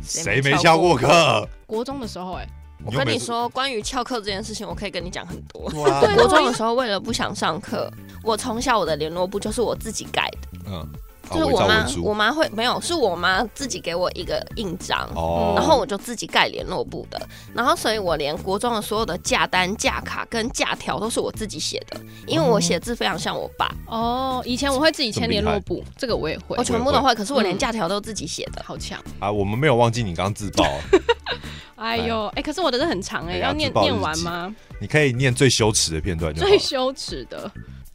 Speaker 3: 谁
Speaker 2: 谁
Speaker 3: 没
Speaker 2: 没
Speaker 3: 翘
Speaker 2: 翘
Speaker 3: 过
Speaker 2: 过
Speaker 3: 课？
Speaker 1: 国中的时候、哎，
Speaker 2: 嗯我
Speaker 3: 又
Speaker 2: 跟
Speaker 3: 没
Speaker 2: 你，说，关于翘课这件事情，我可以跟你讲很多。
Speaker 3: [laughs] 对啊
Speaker 1: 对
Speaker 2: 国中的时候，为了不想上课，我从小我的联络簿就是我自己改的，
Speaker 3: 嗯，
Speaker 2: 就
Speaker 3: 啊
Speaker 2: 是
Speaker 3: 伪造
Speaker 2: 妈
Speaker 3: 文，书
Speaker 2: 我妈会没有，是我妈自己给我一个印章，
Speaker 3: 哦，
Speaker 2: 然后我就自己盖联络簿的，然后所以我连国中的所有的假单、假卡跟假条都是我自己写的，因为
Speaker 3: 哦
Speaker 2: 我写字非常像我爸，
Speaker 1: 哦，以前我会自己签联络簿，这个我也会
Speaker 2: 我，全部都会，可是我连
Speaker 1: 嗯
Speaker 2: 假条都自己写的。
Speaker 1: 哦好强，
Speaker 3: 啊，我们没有忘记你刚刚自爆，啊
Speaker 2: [laughs]
Speaker 1: 哎呦，哎、可是我的是很长、
Speaker 3: 哎
Speaker 1: 哎，
Speaker 3: 呀
Speaker 1: 要念
Speaker 3: 自暴日
Speaker 1: 念完
Speaker 3: 记
Speaker 1: 吗？
Speaker 3: 你可以念最羞耻的片段就好
Speaker 1: 最
Speaker 3: 了，
Speaker 1: 羞耻的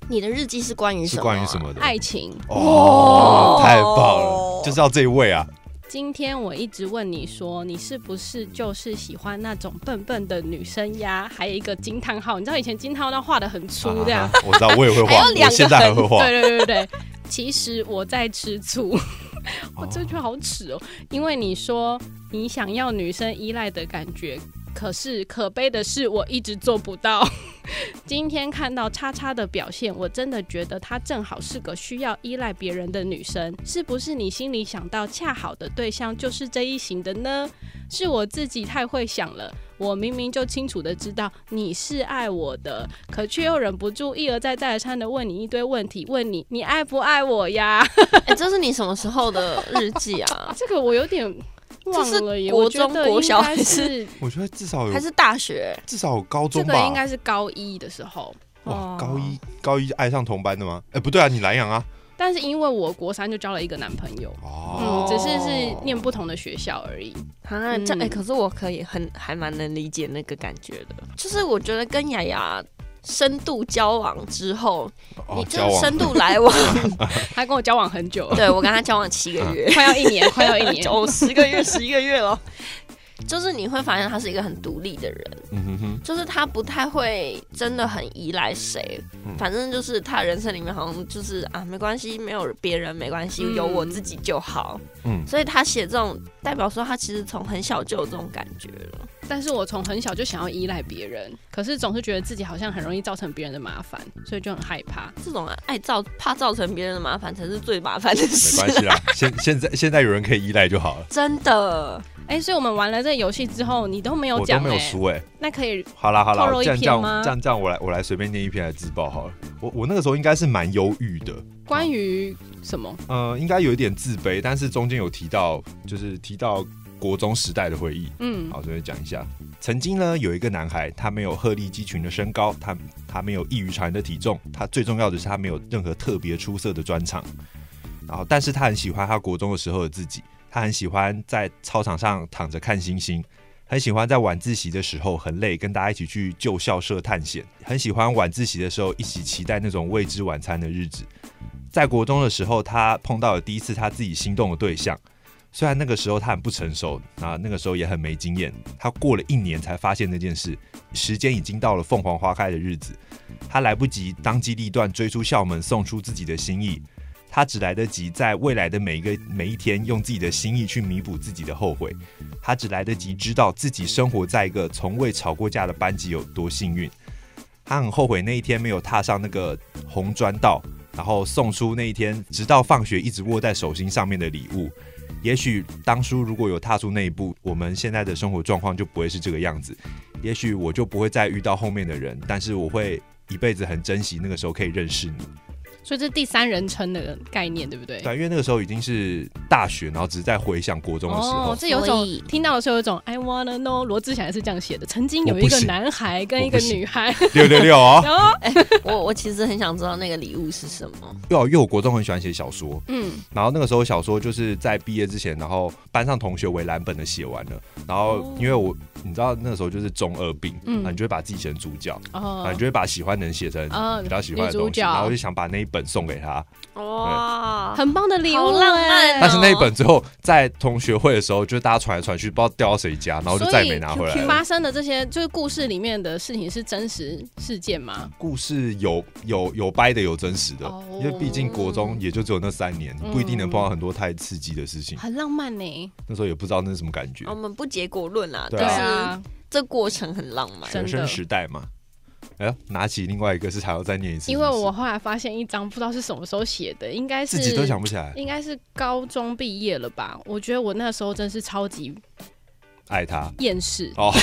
Speaker 2: 你的日记是关于什
Speaker 3: 是
Speaker 2: 么啊？
Speaker 3: 关于什么的？
Speaker 1: 爱情，
Speaker 3: 哦
Speaker 2: 哦，
Speaker 3: 太棒了，就是要这一位啊，
Speaker 1: 今天我一直问你说，你是不是就是喜欢那种笨笨的女生呀？还有一个惊叹号，你知道以前惊叹号画的很粗这样
Speaker 3: 啊，我知道，我也会
Speaker 2: 还
Speaker 3: 画，
Speaker 2: 有两
Speaker 3: 我
Speaker 2: 个
Speaker 3: 现在还会画，
Speaker 1: 对对对对对，其实我在吃醋， [laughs] 我这句好耻哦，因为你说你想要女生依赖的感觉。可是可悲的是，我一直做不到。 [laughs] 今天看到叉叉的表现，我真的觉得她正好是个需要依赖别人的女生。是不是你心里想到恰好的对象就是这一型的呢？是我自己太会想了。我明明就清楚的知道你是爱我的，可却又忍不住一而再再而三的问你一堆问题，问你你爱不爱我呀？？
Speaker 2: 哎、这是你什么时候的日记啊
Speaker 3: [laughs]
Speaker 1: [laughs] 这个我有点忘了耶。
Speaker 2: 这是
Speaker 1: 我觉
Speaker 2: 国
Speaker 1: 得
Speaker 2: 中国
Speaker 1: 应
Speaker 2: 小
Speaker 1: 该
Speaker 2: 还
Speaker 1: 是
Speaker 3: 我觉得至少
Speaker 2: 还
Speaker 3: 有
Speaker 2: 是大学？
Speaker 3: 至少有高
Speaker 1: 这
Speaker 3: 中
Speaker 1: 个应
Speaker 3: 吧，
Speaker 1: 该是高一的时候，
Speaker 3: 哇，
Speaker 2: 哦
Speaker 3: 高一高一爱上同班的吗？哎，不对啊，你南洋啊，
Speaker 1: 但是因为我国三就交了一个男朋友，嗯，
Speaker 3: 哦，
Speaker 1: 只是是念不同的学校而已。
Speaker 2: 啊，这
Speaker 1: 嗯
Speaker 2: 哎、可是我可以很还蛮能理解那个感觉的，就是我觉得跟雅雅深度交往之后，
Speaker 3: 哦
Speaker 1: 嗯
Speaker 2: 你
Speaker 3: 交
Speaker 2: 这
Speaker 3: 往
Speaker 2: 深度
Speaker 3: [laughs]
Speaker 2: 来往，
Speaker 1: 他跟我交往很久了， [laughs]
Speaker 2: 对我跟他交往七个
Speaker 3: 啊
Speaker 2: 月，
Speaker 1: 快要一
Speaker 2: [laughs]
Speaker 1: 年，快要一年。
Speaker 2: 九哦十个月，十一个月了。 [laughs] 就是你会发现他是一个很独立的人，
Speaker 3: 嗯哼哼。
Speaker 2: 就是他不太会真的很依赖谁，
Speaker 3: 嗯
Speaker 2: 反正就是他人生里面好像就是啊，没关系，没有别人没关系，
Speaker 1: 嗯
Speaker 2: 有我自己就好。
Speaker 3: 嗯
Speaker 2: 所以他写这种代表说他其实从很小就有这种感觉了。
Speaker 1: 但是我从很小就想要依赖别人，可是总是觉得自己好像很容易造成别人的麻烦，所以就很害怕。
Speaker 2: 这种爱造怕造成别人的麻烦才是最麻烦的
Speaker 3: 没
Speaker 2: 事啊
Speaker 3: 关。系
Speaker 1: [laughs]
Speaker 3: 啊啦，现现在现在有人可以依赖就好了。
Speaker 2: 真的，
Speaker 1: 哎、所以我们玩了这个游戏之后，你都没有
Speaker 3: 我都
Speaker 1: 讲、
Speaker 3: 没有
Speaker 1: 哎，
Speaker 3: 输哎、
Speaker 1: 那可以
Speaker 3: 好啦好啦
Speaker 1: 透，露一
Speaker 3: 这样这
Speaker 1: 篇
Speaker 3: 样
Speaker 1: 吗
Speaker 3: 这样这样，我来我来随便念一篇来自爆好了。我我那个时候应该是蛮忧郁的，
Speaker 1: 关于什么？
Speaker 3: 呃，应该有一点自卑，但是中间有提到，就是提到国中时代的回忆。
Speaker 1: 嗯，
Speaker 3: 好，这边讲一下，曾经呢有一个男孩，他没有鹤立鸡群的身高，他他没有异于常人的体重，他最重要的是他没有任何特别出色的专长。然后，但是他很喜欢他国中的时候的自己，他很喜欢在操场上躺着看星星，很喜欢在晚自习的时候很累，跟大家一起去旧校舍探险，很喜欢晚自习的时候一起期待那种未知晚餐的日子。在国中的时候，他碰到了第一次他自己心动的对象。虽然那个时候他很不成熟啊，那个时候也很没经验，他过了一年才发现这件事，时间已经到了凤凰花开的日子，他来不及当机立断追出校门，送出自己的心意。他只来得及在未来的每一个每一天用自己的心意去弥补自己的后悔，他只来得及知道自己生活在一个从未吵过架的班级有多幸运。他很后悔那一天没有踏上那个红砖道，然后送出那一天直到放学一直握在手心上面的礼物。也许当初如果有踏出那一步，我们现在的生活状况就不会是这个样子。也许我就不会再遇到后面的人，但是我会一辈子很珍惜那个时候可以认识你。
Speaker 1: 所以这是第三人称的概念，对不对？
Speaker 3: 对，因为那个时候已经是大学，然后只是在回想国中的时候。
Speaker 1: 哦，这有种
Speaker 2: 所以
Speaker 1: 听到的时候有一种 I wanna know。罗志祥也是这样写的，曾经有
Speaker 3: 我
Speaker 1: 一
Speaker 3: 不
Speaker 1: 个
Speaker 3: 行
Speaker 1: 男孩跟
Speaker 3: 我
Speaker 1: 一个
Speaker 3: 不行
Speaker 1: 女孩，
Speaker 3: [laughs] 六六六哦！
Speaker 1: 然后
Speaker 2: 我我其实很想知道那个礼物是什 [laughs] 么。
Speaker 3: 因为因为我国中很喜欢写小说，
Speaker 1: 嗯，
Speaker 3: 然后那个时候小说就是在毕业之前，然后班上同学为蓝本的写完了，然后因为我你知道那个时候就是中二病，
Speaker 1: 哦嗯
Speaker 3: 嗯，你就会把自己写成主角，啊，
Speaker 1: 哦
Speaker 3: 你，就会把喜欢的人写成
Speaker 1: 哦
Speaker 3: 比较喜欢
Speaker 1: 女
Speaker 3: 的
Speaker 1: 主
Speaker 3: 东西，
Speaker 1: 角
Speaker 3: 然后就想把那一本送给他，
Speaker 2: 哦哇，
Speaker 1: 很棒的礼物
Speaker 2: 好，浪漫
Speaker 1: 哎
Speaker 3: 但是那一本最后在同学会的时候，就是大家传来传去，不知道掉到谁家，然后就再也没拿回来
Speaker 1: 所以
Speaker 3: 了。
Speaker 1: 发生的这些就是故事里面的事情是真实事件吗？
Speaker 3: 故事有有有掰的，有真实的，
Speaker 1: 哦
Speaker 3: 因为毕竟国中也就只有那三年，
Speaker 1: 嗯
Speaker 3: 不一定能碰到很多太刺激的事情。
Speaker 1: 很浪漫呢，
Speaker 3: 那时候也不知道那是什么感觉
Speaker 1: 哦
Speaker 2: 我，们不结果论啦，
Speaker 3: 对
Speaker 2: 但
Speaker 1: 啊
Speaker 2: 是，这过程很浪漫。
Speaker 1: 真
Speaker 3: 学
Speaker 1: 的
Speaker 3: 生时代嘛。哎呀，拿起另外一个是还要再念一次，
Speaker 1: 因为
Speaker 3: 是不是
Speaker 1: 我后来发现一张不知道是什么时候写的，应该是
Speaker 3: 自己都想不起来
Speaker 1: 应该是高中毕业了吧？我觉得我那时候真是超级
Speaker 3: 爱他
Speaker 1: 厌世。
Speaker 3: 哦， [laughs] 啊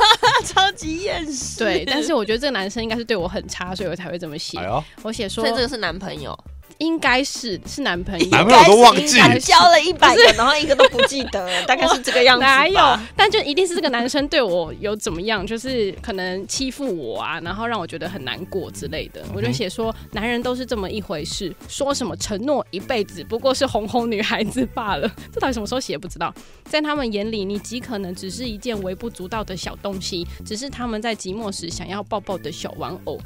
Speaker 2: [laughs] 超级厌世。
Speaker 1: 对，但是我觉得这个男生应该是对我很差，所以我才会这么写
Speaker 3: 哎。呦，
Speaker 1: 我写说
Speaker 2: 所以这个是男朋友，
Speaker 1: 应该是是男朋
Speaker 3: 哎男
Speaker 1: 友
Speaker 3: 朋，友都忘
Speaker 1: 应
Speaker 3: 记
Speaker 1: 该是
Speaker 2: 交了一百个，然后一个都不记 [laughs] 得，大概是这个样子吧。
Speaker 1: 哪有？但就一定是这个男生对我有怎么样，就是可能欺负我啊，然后让我觉得很难过之类
Speaker 3: 嗯
Speaker 1: 的。我就写说，男人都是这么一回事，说什么承诺一辈子，不过是哄哄女孩子罢了。这到底什么时候写不知道。在他们眼里，你极可能只是一件微不足道的小东西，只是他们在寂寞时想要抱抱的小玩偶。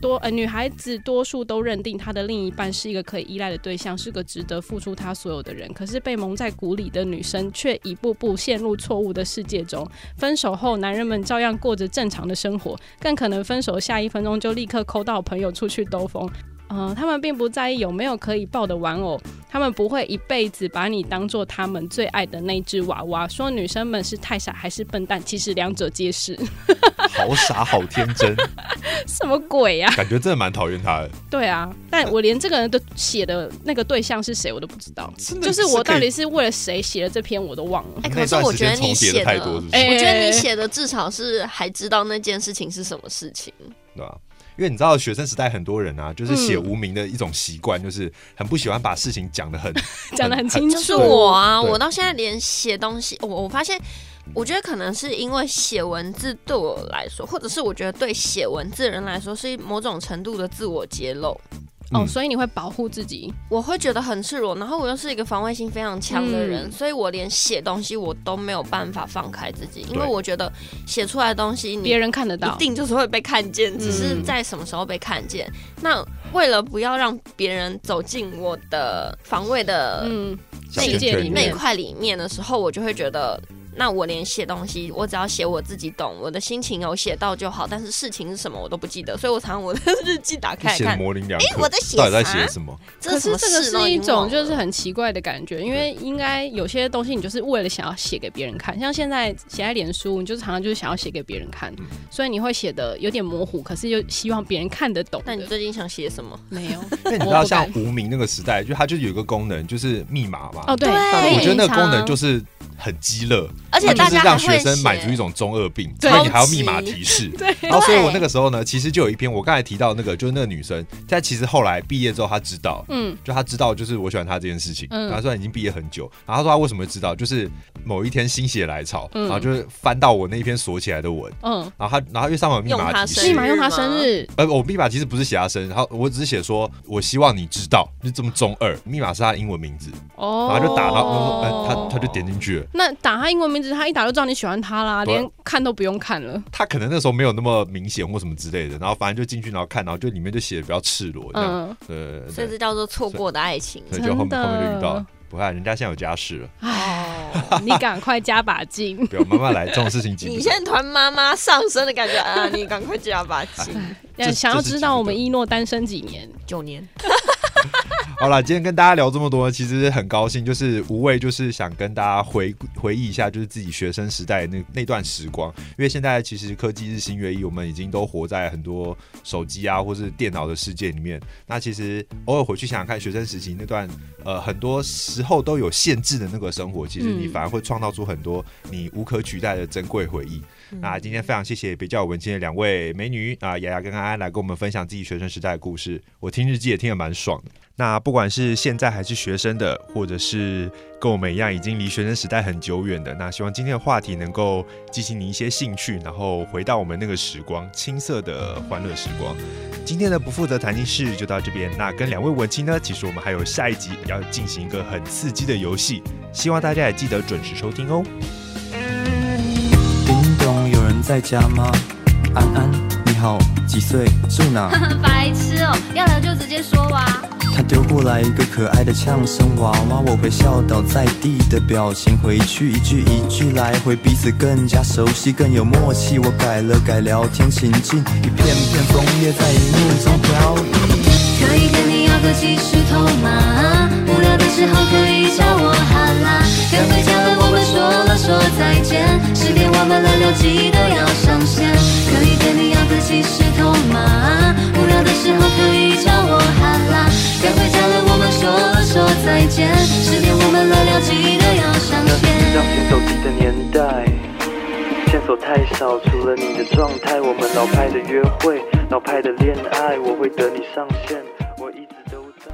Speaker 1: 多呃，女孩子多数都认定她的另一半是一个可以依赖的对象，是个值得付出她所有的人。可是被蒙在鼓里的女生却一步步陷入错误的世界中。分手后，男人们照样过着正常的生活，更可能分手下一分钟就立刻抠到朋友出去兜风。嗯、他们并不在意有没有可以抱的玩偶，他们不会一辈子把你当做他们最爱的那只娃娃。说女生们是太傻还是笨蛋，其实两者皆是。 [laughs]
Speaker 3: 好傻好天真， [laughs]
Speaker 1: 什么鬼啊呀、
Speaker 3: 感觉真的蛮讨厌他的。
Speaker 1: 对啊，但我连这个人的写的那个对象是谁我都不知道，
Speaker 3: 真的
Speaker 1: 就是
Speaker 3: 可以
Speaker 1: 我到底是为了谁写的这篇我都忘了。
Speaker 3: [laughs]
Speaker 2: 哎，可
Speaker 3: 那
Speaker 2: 是
Speaker 3: 段
Speaker 2: 我
Speaker 3: 时
Speaker 2: 觉
Speaker 3: 间
Speaker 2: 得你
Speaker 3: 重叠
Speaker 2: 写
Speaker 3: 的太
Speaker 2: 的，
Speaker 3: 多，是不是？
Speaker 1: 哎
Speaker 2: 我觉得你写的至少是还知道那件事情是什么事情。
Speaker 3: 对吧、因为你知道学生时代很多人啊，就是写
Speaker 1: 嗯
Speaker 3: 无名的一种习惯，就是很不喜欢把事情讲得很
Speaker 1: 讲得很清楚
Speaker 2: 就是我啊，
Speaker 3: 对
Speaker 2: 我到现在连写东西，哦我我发现，我觉得可能是因为写文字对我来说，或者是我觉得对写文字的人来说，是某种程度的自我揭露。
Speaker 1: 哦，
Speaker 3: 嗯
Speaker 1: 所以你会保护自己，
Speaker 2: 我会觉得很赤裸，然后我又是一个防卫心非常强的人，
Speaker 1: 嗯
Speaker 2: 所以我连写东西我都没有办法放开自己，因为
Speaker 3: 对
Speaker 2: 我觉得写出来的东西你
Speaker 1: 别人看得到
Speaker 2: 一。定就是会被看见，只是在什么时候被看见。那为了不要让别人走进我的防卫的
Speaker 1: 嗯，
Speaker 3: 小
Speaker 2: 那
Speaker 3: 圈
Speaker 1: 界
Speaker 3: 圈
Speaker 1: 里
Speaker 3: 里
Speaker 2: 那一
Speaker 1: 面
Speaker 2: 块里面的时候，我就会觉得，那我连写东西，我只要写我自己懂，我的心情有写到就好。但是事情是什么我都不记得，所以我常常我的日记打开来
Speaker 3: 写的
Speaker 2: 看，
Speaker 3: 模棱两
Speaker 2: 哎、
Speaker 3: 可。
Speaker 2: 我在写
Speaker 3: 到底在
Speaker 2: 啥
Speaker 3: 写？什 [laughs] 么？
Speaker 1: 可
Speaker 2: 什
Speaker 1: 是
Speaker 2: 么
Speaker 1: 这个
Speaker 2: 事都
Speaker 1: 是
Speaker 2: 已
Speaker 1: 一
Speaker 2: 经
Speaker 1: 种
Speaker 2: 忘了
Speaker 1: 就是很奇怪的感觉，因为应该有些东西你就是为了想要写给别人看，像现在写在脸书，你就常常就是想要写给别人看，
Speaker 3: 嗯
Speaker 1: 所以你会写的有点模糊，可是又希望别人看得懂的。
Speaker 2: 那你最近想写什么？
Speaker 1: 没有？
Speaker 3: 因为你知
Speaker 1: 我
Speaker 3: 道，
Speaker 1: 不
Speaker 3: 像
Speaker 1: 敢
Speaker 3: 无名那个时代，就它就有一个功能，就是密码嘛。
Speaker 1: 哦，对，
Speaker 2: 对
Speaker 3: 但是我觉得那个功能就是是很鸡肋，
Speaker 2: 而且
Speaker 3: 它
Speaker 2: 大
Speaker 3: 就是
Speaker 2: 家还
Speaker 3: 让学
Speaker 2: 会
Speaker 3: 生满足一
Speaker 2: 写。
Speaker 3: 种中二病，
Speaker 1: 对
Speaker 3: 所以你还要密码提示。
Speaker 1: 对。
Speaker 3: 然后，所以我那个时候呢，其实就有一篇我刚才提到那个，就是那个女生，她其实后来毕业之后，她知道，
Speaker 1: 嗯，
Speaker 3: 就她知道就是我喜欢她这件事情。
Speaker 1: 嗯
Speaker 3: 然后虽然已经毕业很久，然后她说她为什么会知道，就是某一天心血来潮，
Speaker 1: 嗯
Speaker 3: 然后就是翻到我那篇锁起来的文，
Speaker 1: 嗯，
Speaker 3: 然后她然后她又上网密
Speaker 2: 用她
Speaker 3: 码提
Speaker 2: 生日
Speaker 1: 立
Speaker 3: 示。
Speaker 1: 马用他生日，
Speaker 3: 呃，我密码其实不是写她生日，然后我只是写说，我希望你知道，就这么中二。密码是她的英文名字，
Speaker 1: 哦
Speaker 3: 然，后就打，然后然后说，哎，她她就点进去了。
Speaker 1: 呃那打他英文名字，他一打就知道你喜欢他啦，
Speaker 3: 对
Speaker 1: 连看都不用看了。
Speaker 3: 她可能那时候没有那么明显或什么之类的，然后反正就进去，然后看，然后就里面就写的比较赤裸这样。
Speaker 1: 嗯，
Speaker 3: 呃，对
Speaker 2: 所以这叫做错过的爱情
Speaker 3: 所以就后
Speaker 1: 真
Speaker 3: 面
Speaker 1: 的
Speaker 3: 后面就遇到了。不啊看，人家现在有家室了， [laughs]
Speaker 2: 哦。
Speaker 1: 嗯你赶快加把劲。
Speaker 3: 不要慢慢来，这种事
Speaker 2: [laughs]
Speaker 3: 情急
Speaker 2: 你
Speaker 3: 不
Speaker 2: 现
Speaker 3: 得。
Speaker 2: 在团妈妈上身的感觉啊！
Speaker 1: [laughs]
Speaker 2: 你赶快加把劲，
Speaker 1: 呃
Speaker 3: [laughs] 这
Speaker 1: 想要
Speaker 3: 这是
Speaker 1: 知
Speaker 3: 值得
Speaker 1: 道我们一诺单身几年？
Speaker 2: 九年
Speaker 3: 好了，今天跟大家聊这么多，其实很高兴，就是无畏，就是想跟大家回回忆一下，就是自己学生时代那那段时光。因为现在其实科技日新月异，我们已经都活在很多手机啊或是电脑的世界里面。那其实偶尔回去想想看，学生时期那段呃很多时候都有限制的那个生活，其实你
Speaker 1: 嗯
Speaker 3: 反而会创造出很多你无可取代的珍贵回忆。那今天非常谢谢比较文青的两位美女啊，雅雅跟安安来跟我们分享自己学生时代的故事。我听日记也听得蛮爽的。那不管是现在还是学生的，或者是跟我们一样已经离学生时代很久远的，那希望今天的话题能够激起你一些兴趣，然后回到我们那个时光，青涩的欢乐时光。今天的不负责谈心事就到这边。那跟两位文青呢，其实我们还有下一集要进行一个很刺激的游戏，希望大家也记得准时收听哦。
Speaker 4: 叮咚，有人在家吗？安安，你好，几岁？住哪？
Speaker 5: 白痴哦、要聊就直接说啊。
Speaker 4: 他丢过来一个可爱的呛声娃娃，我会笑倒在地的表情，回去一句一句来回，彼此更加熟悉，更有默契。我改了改聊天情境，一片片枫叶在荧幕中飘移。
Speaker 5: 可以跟你要个即时通吗？无聊的时候可以叫我哈啦。该回家了，我们说了说再见。十点我们轮流记得要上线。可以跟你要个即时通吗？无聊的时候可以叫我哈啦。该回家了，我们说了说再见。十点我们轮流记得要上
Speaker 6: 那是
Speaker 5: 线。
Speaker 6: 让写手机的年代，线索太少，除了你的状态，我们老派的约会，老派的恋爱，我会等你上线，我一直都在。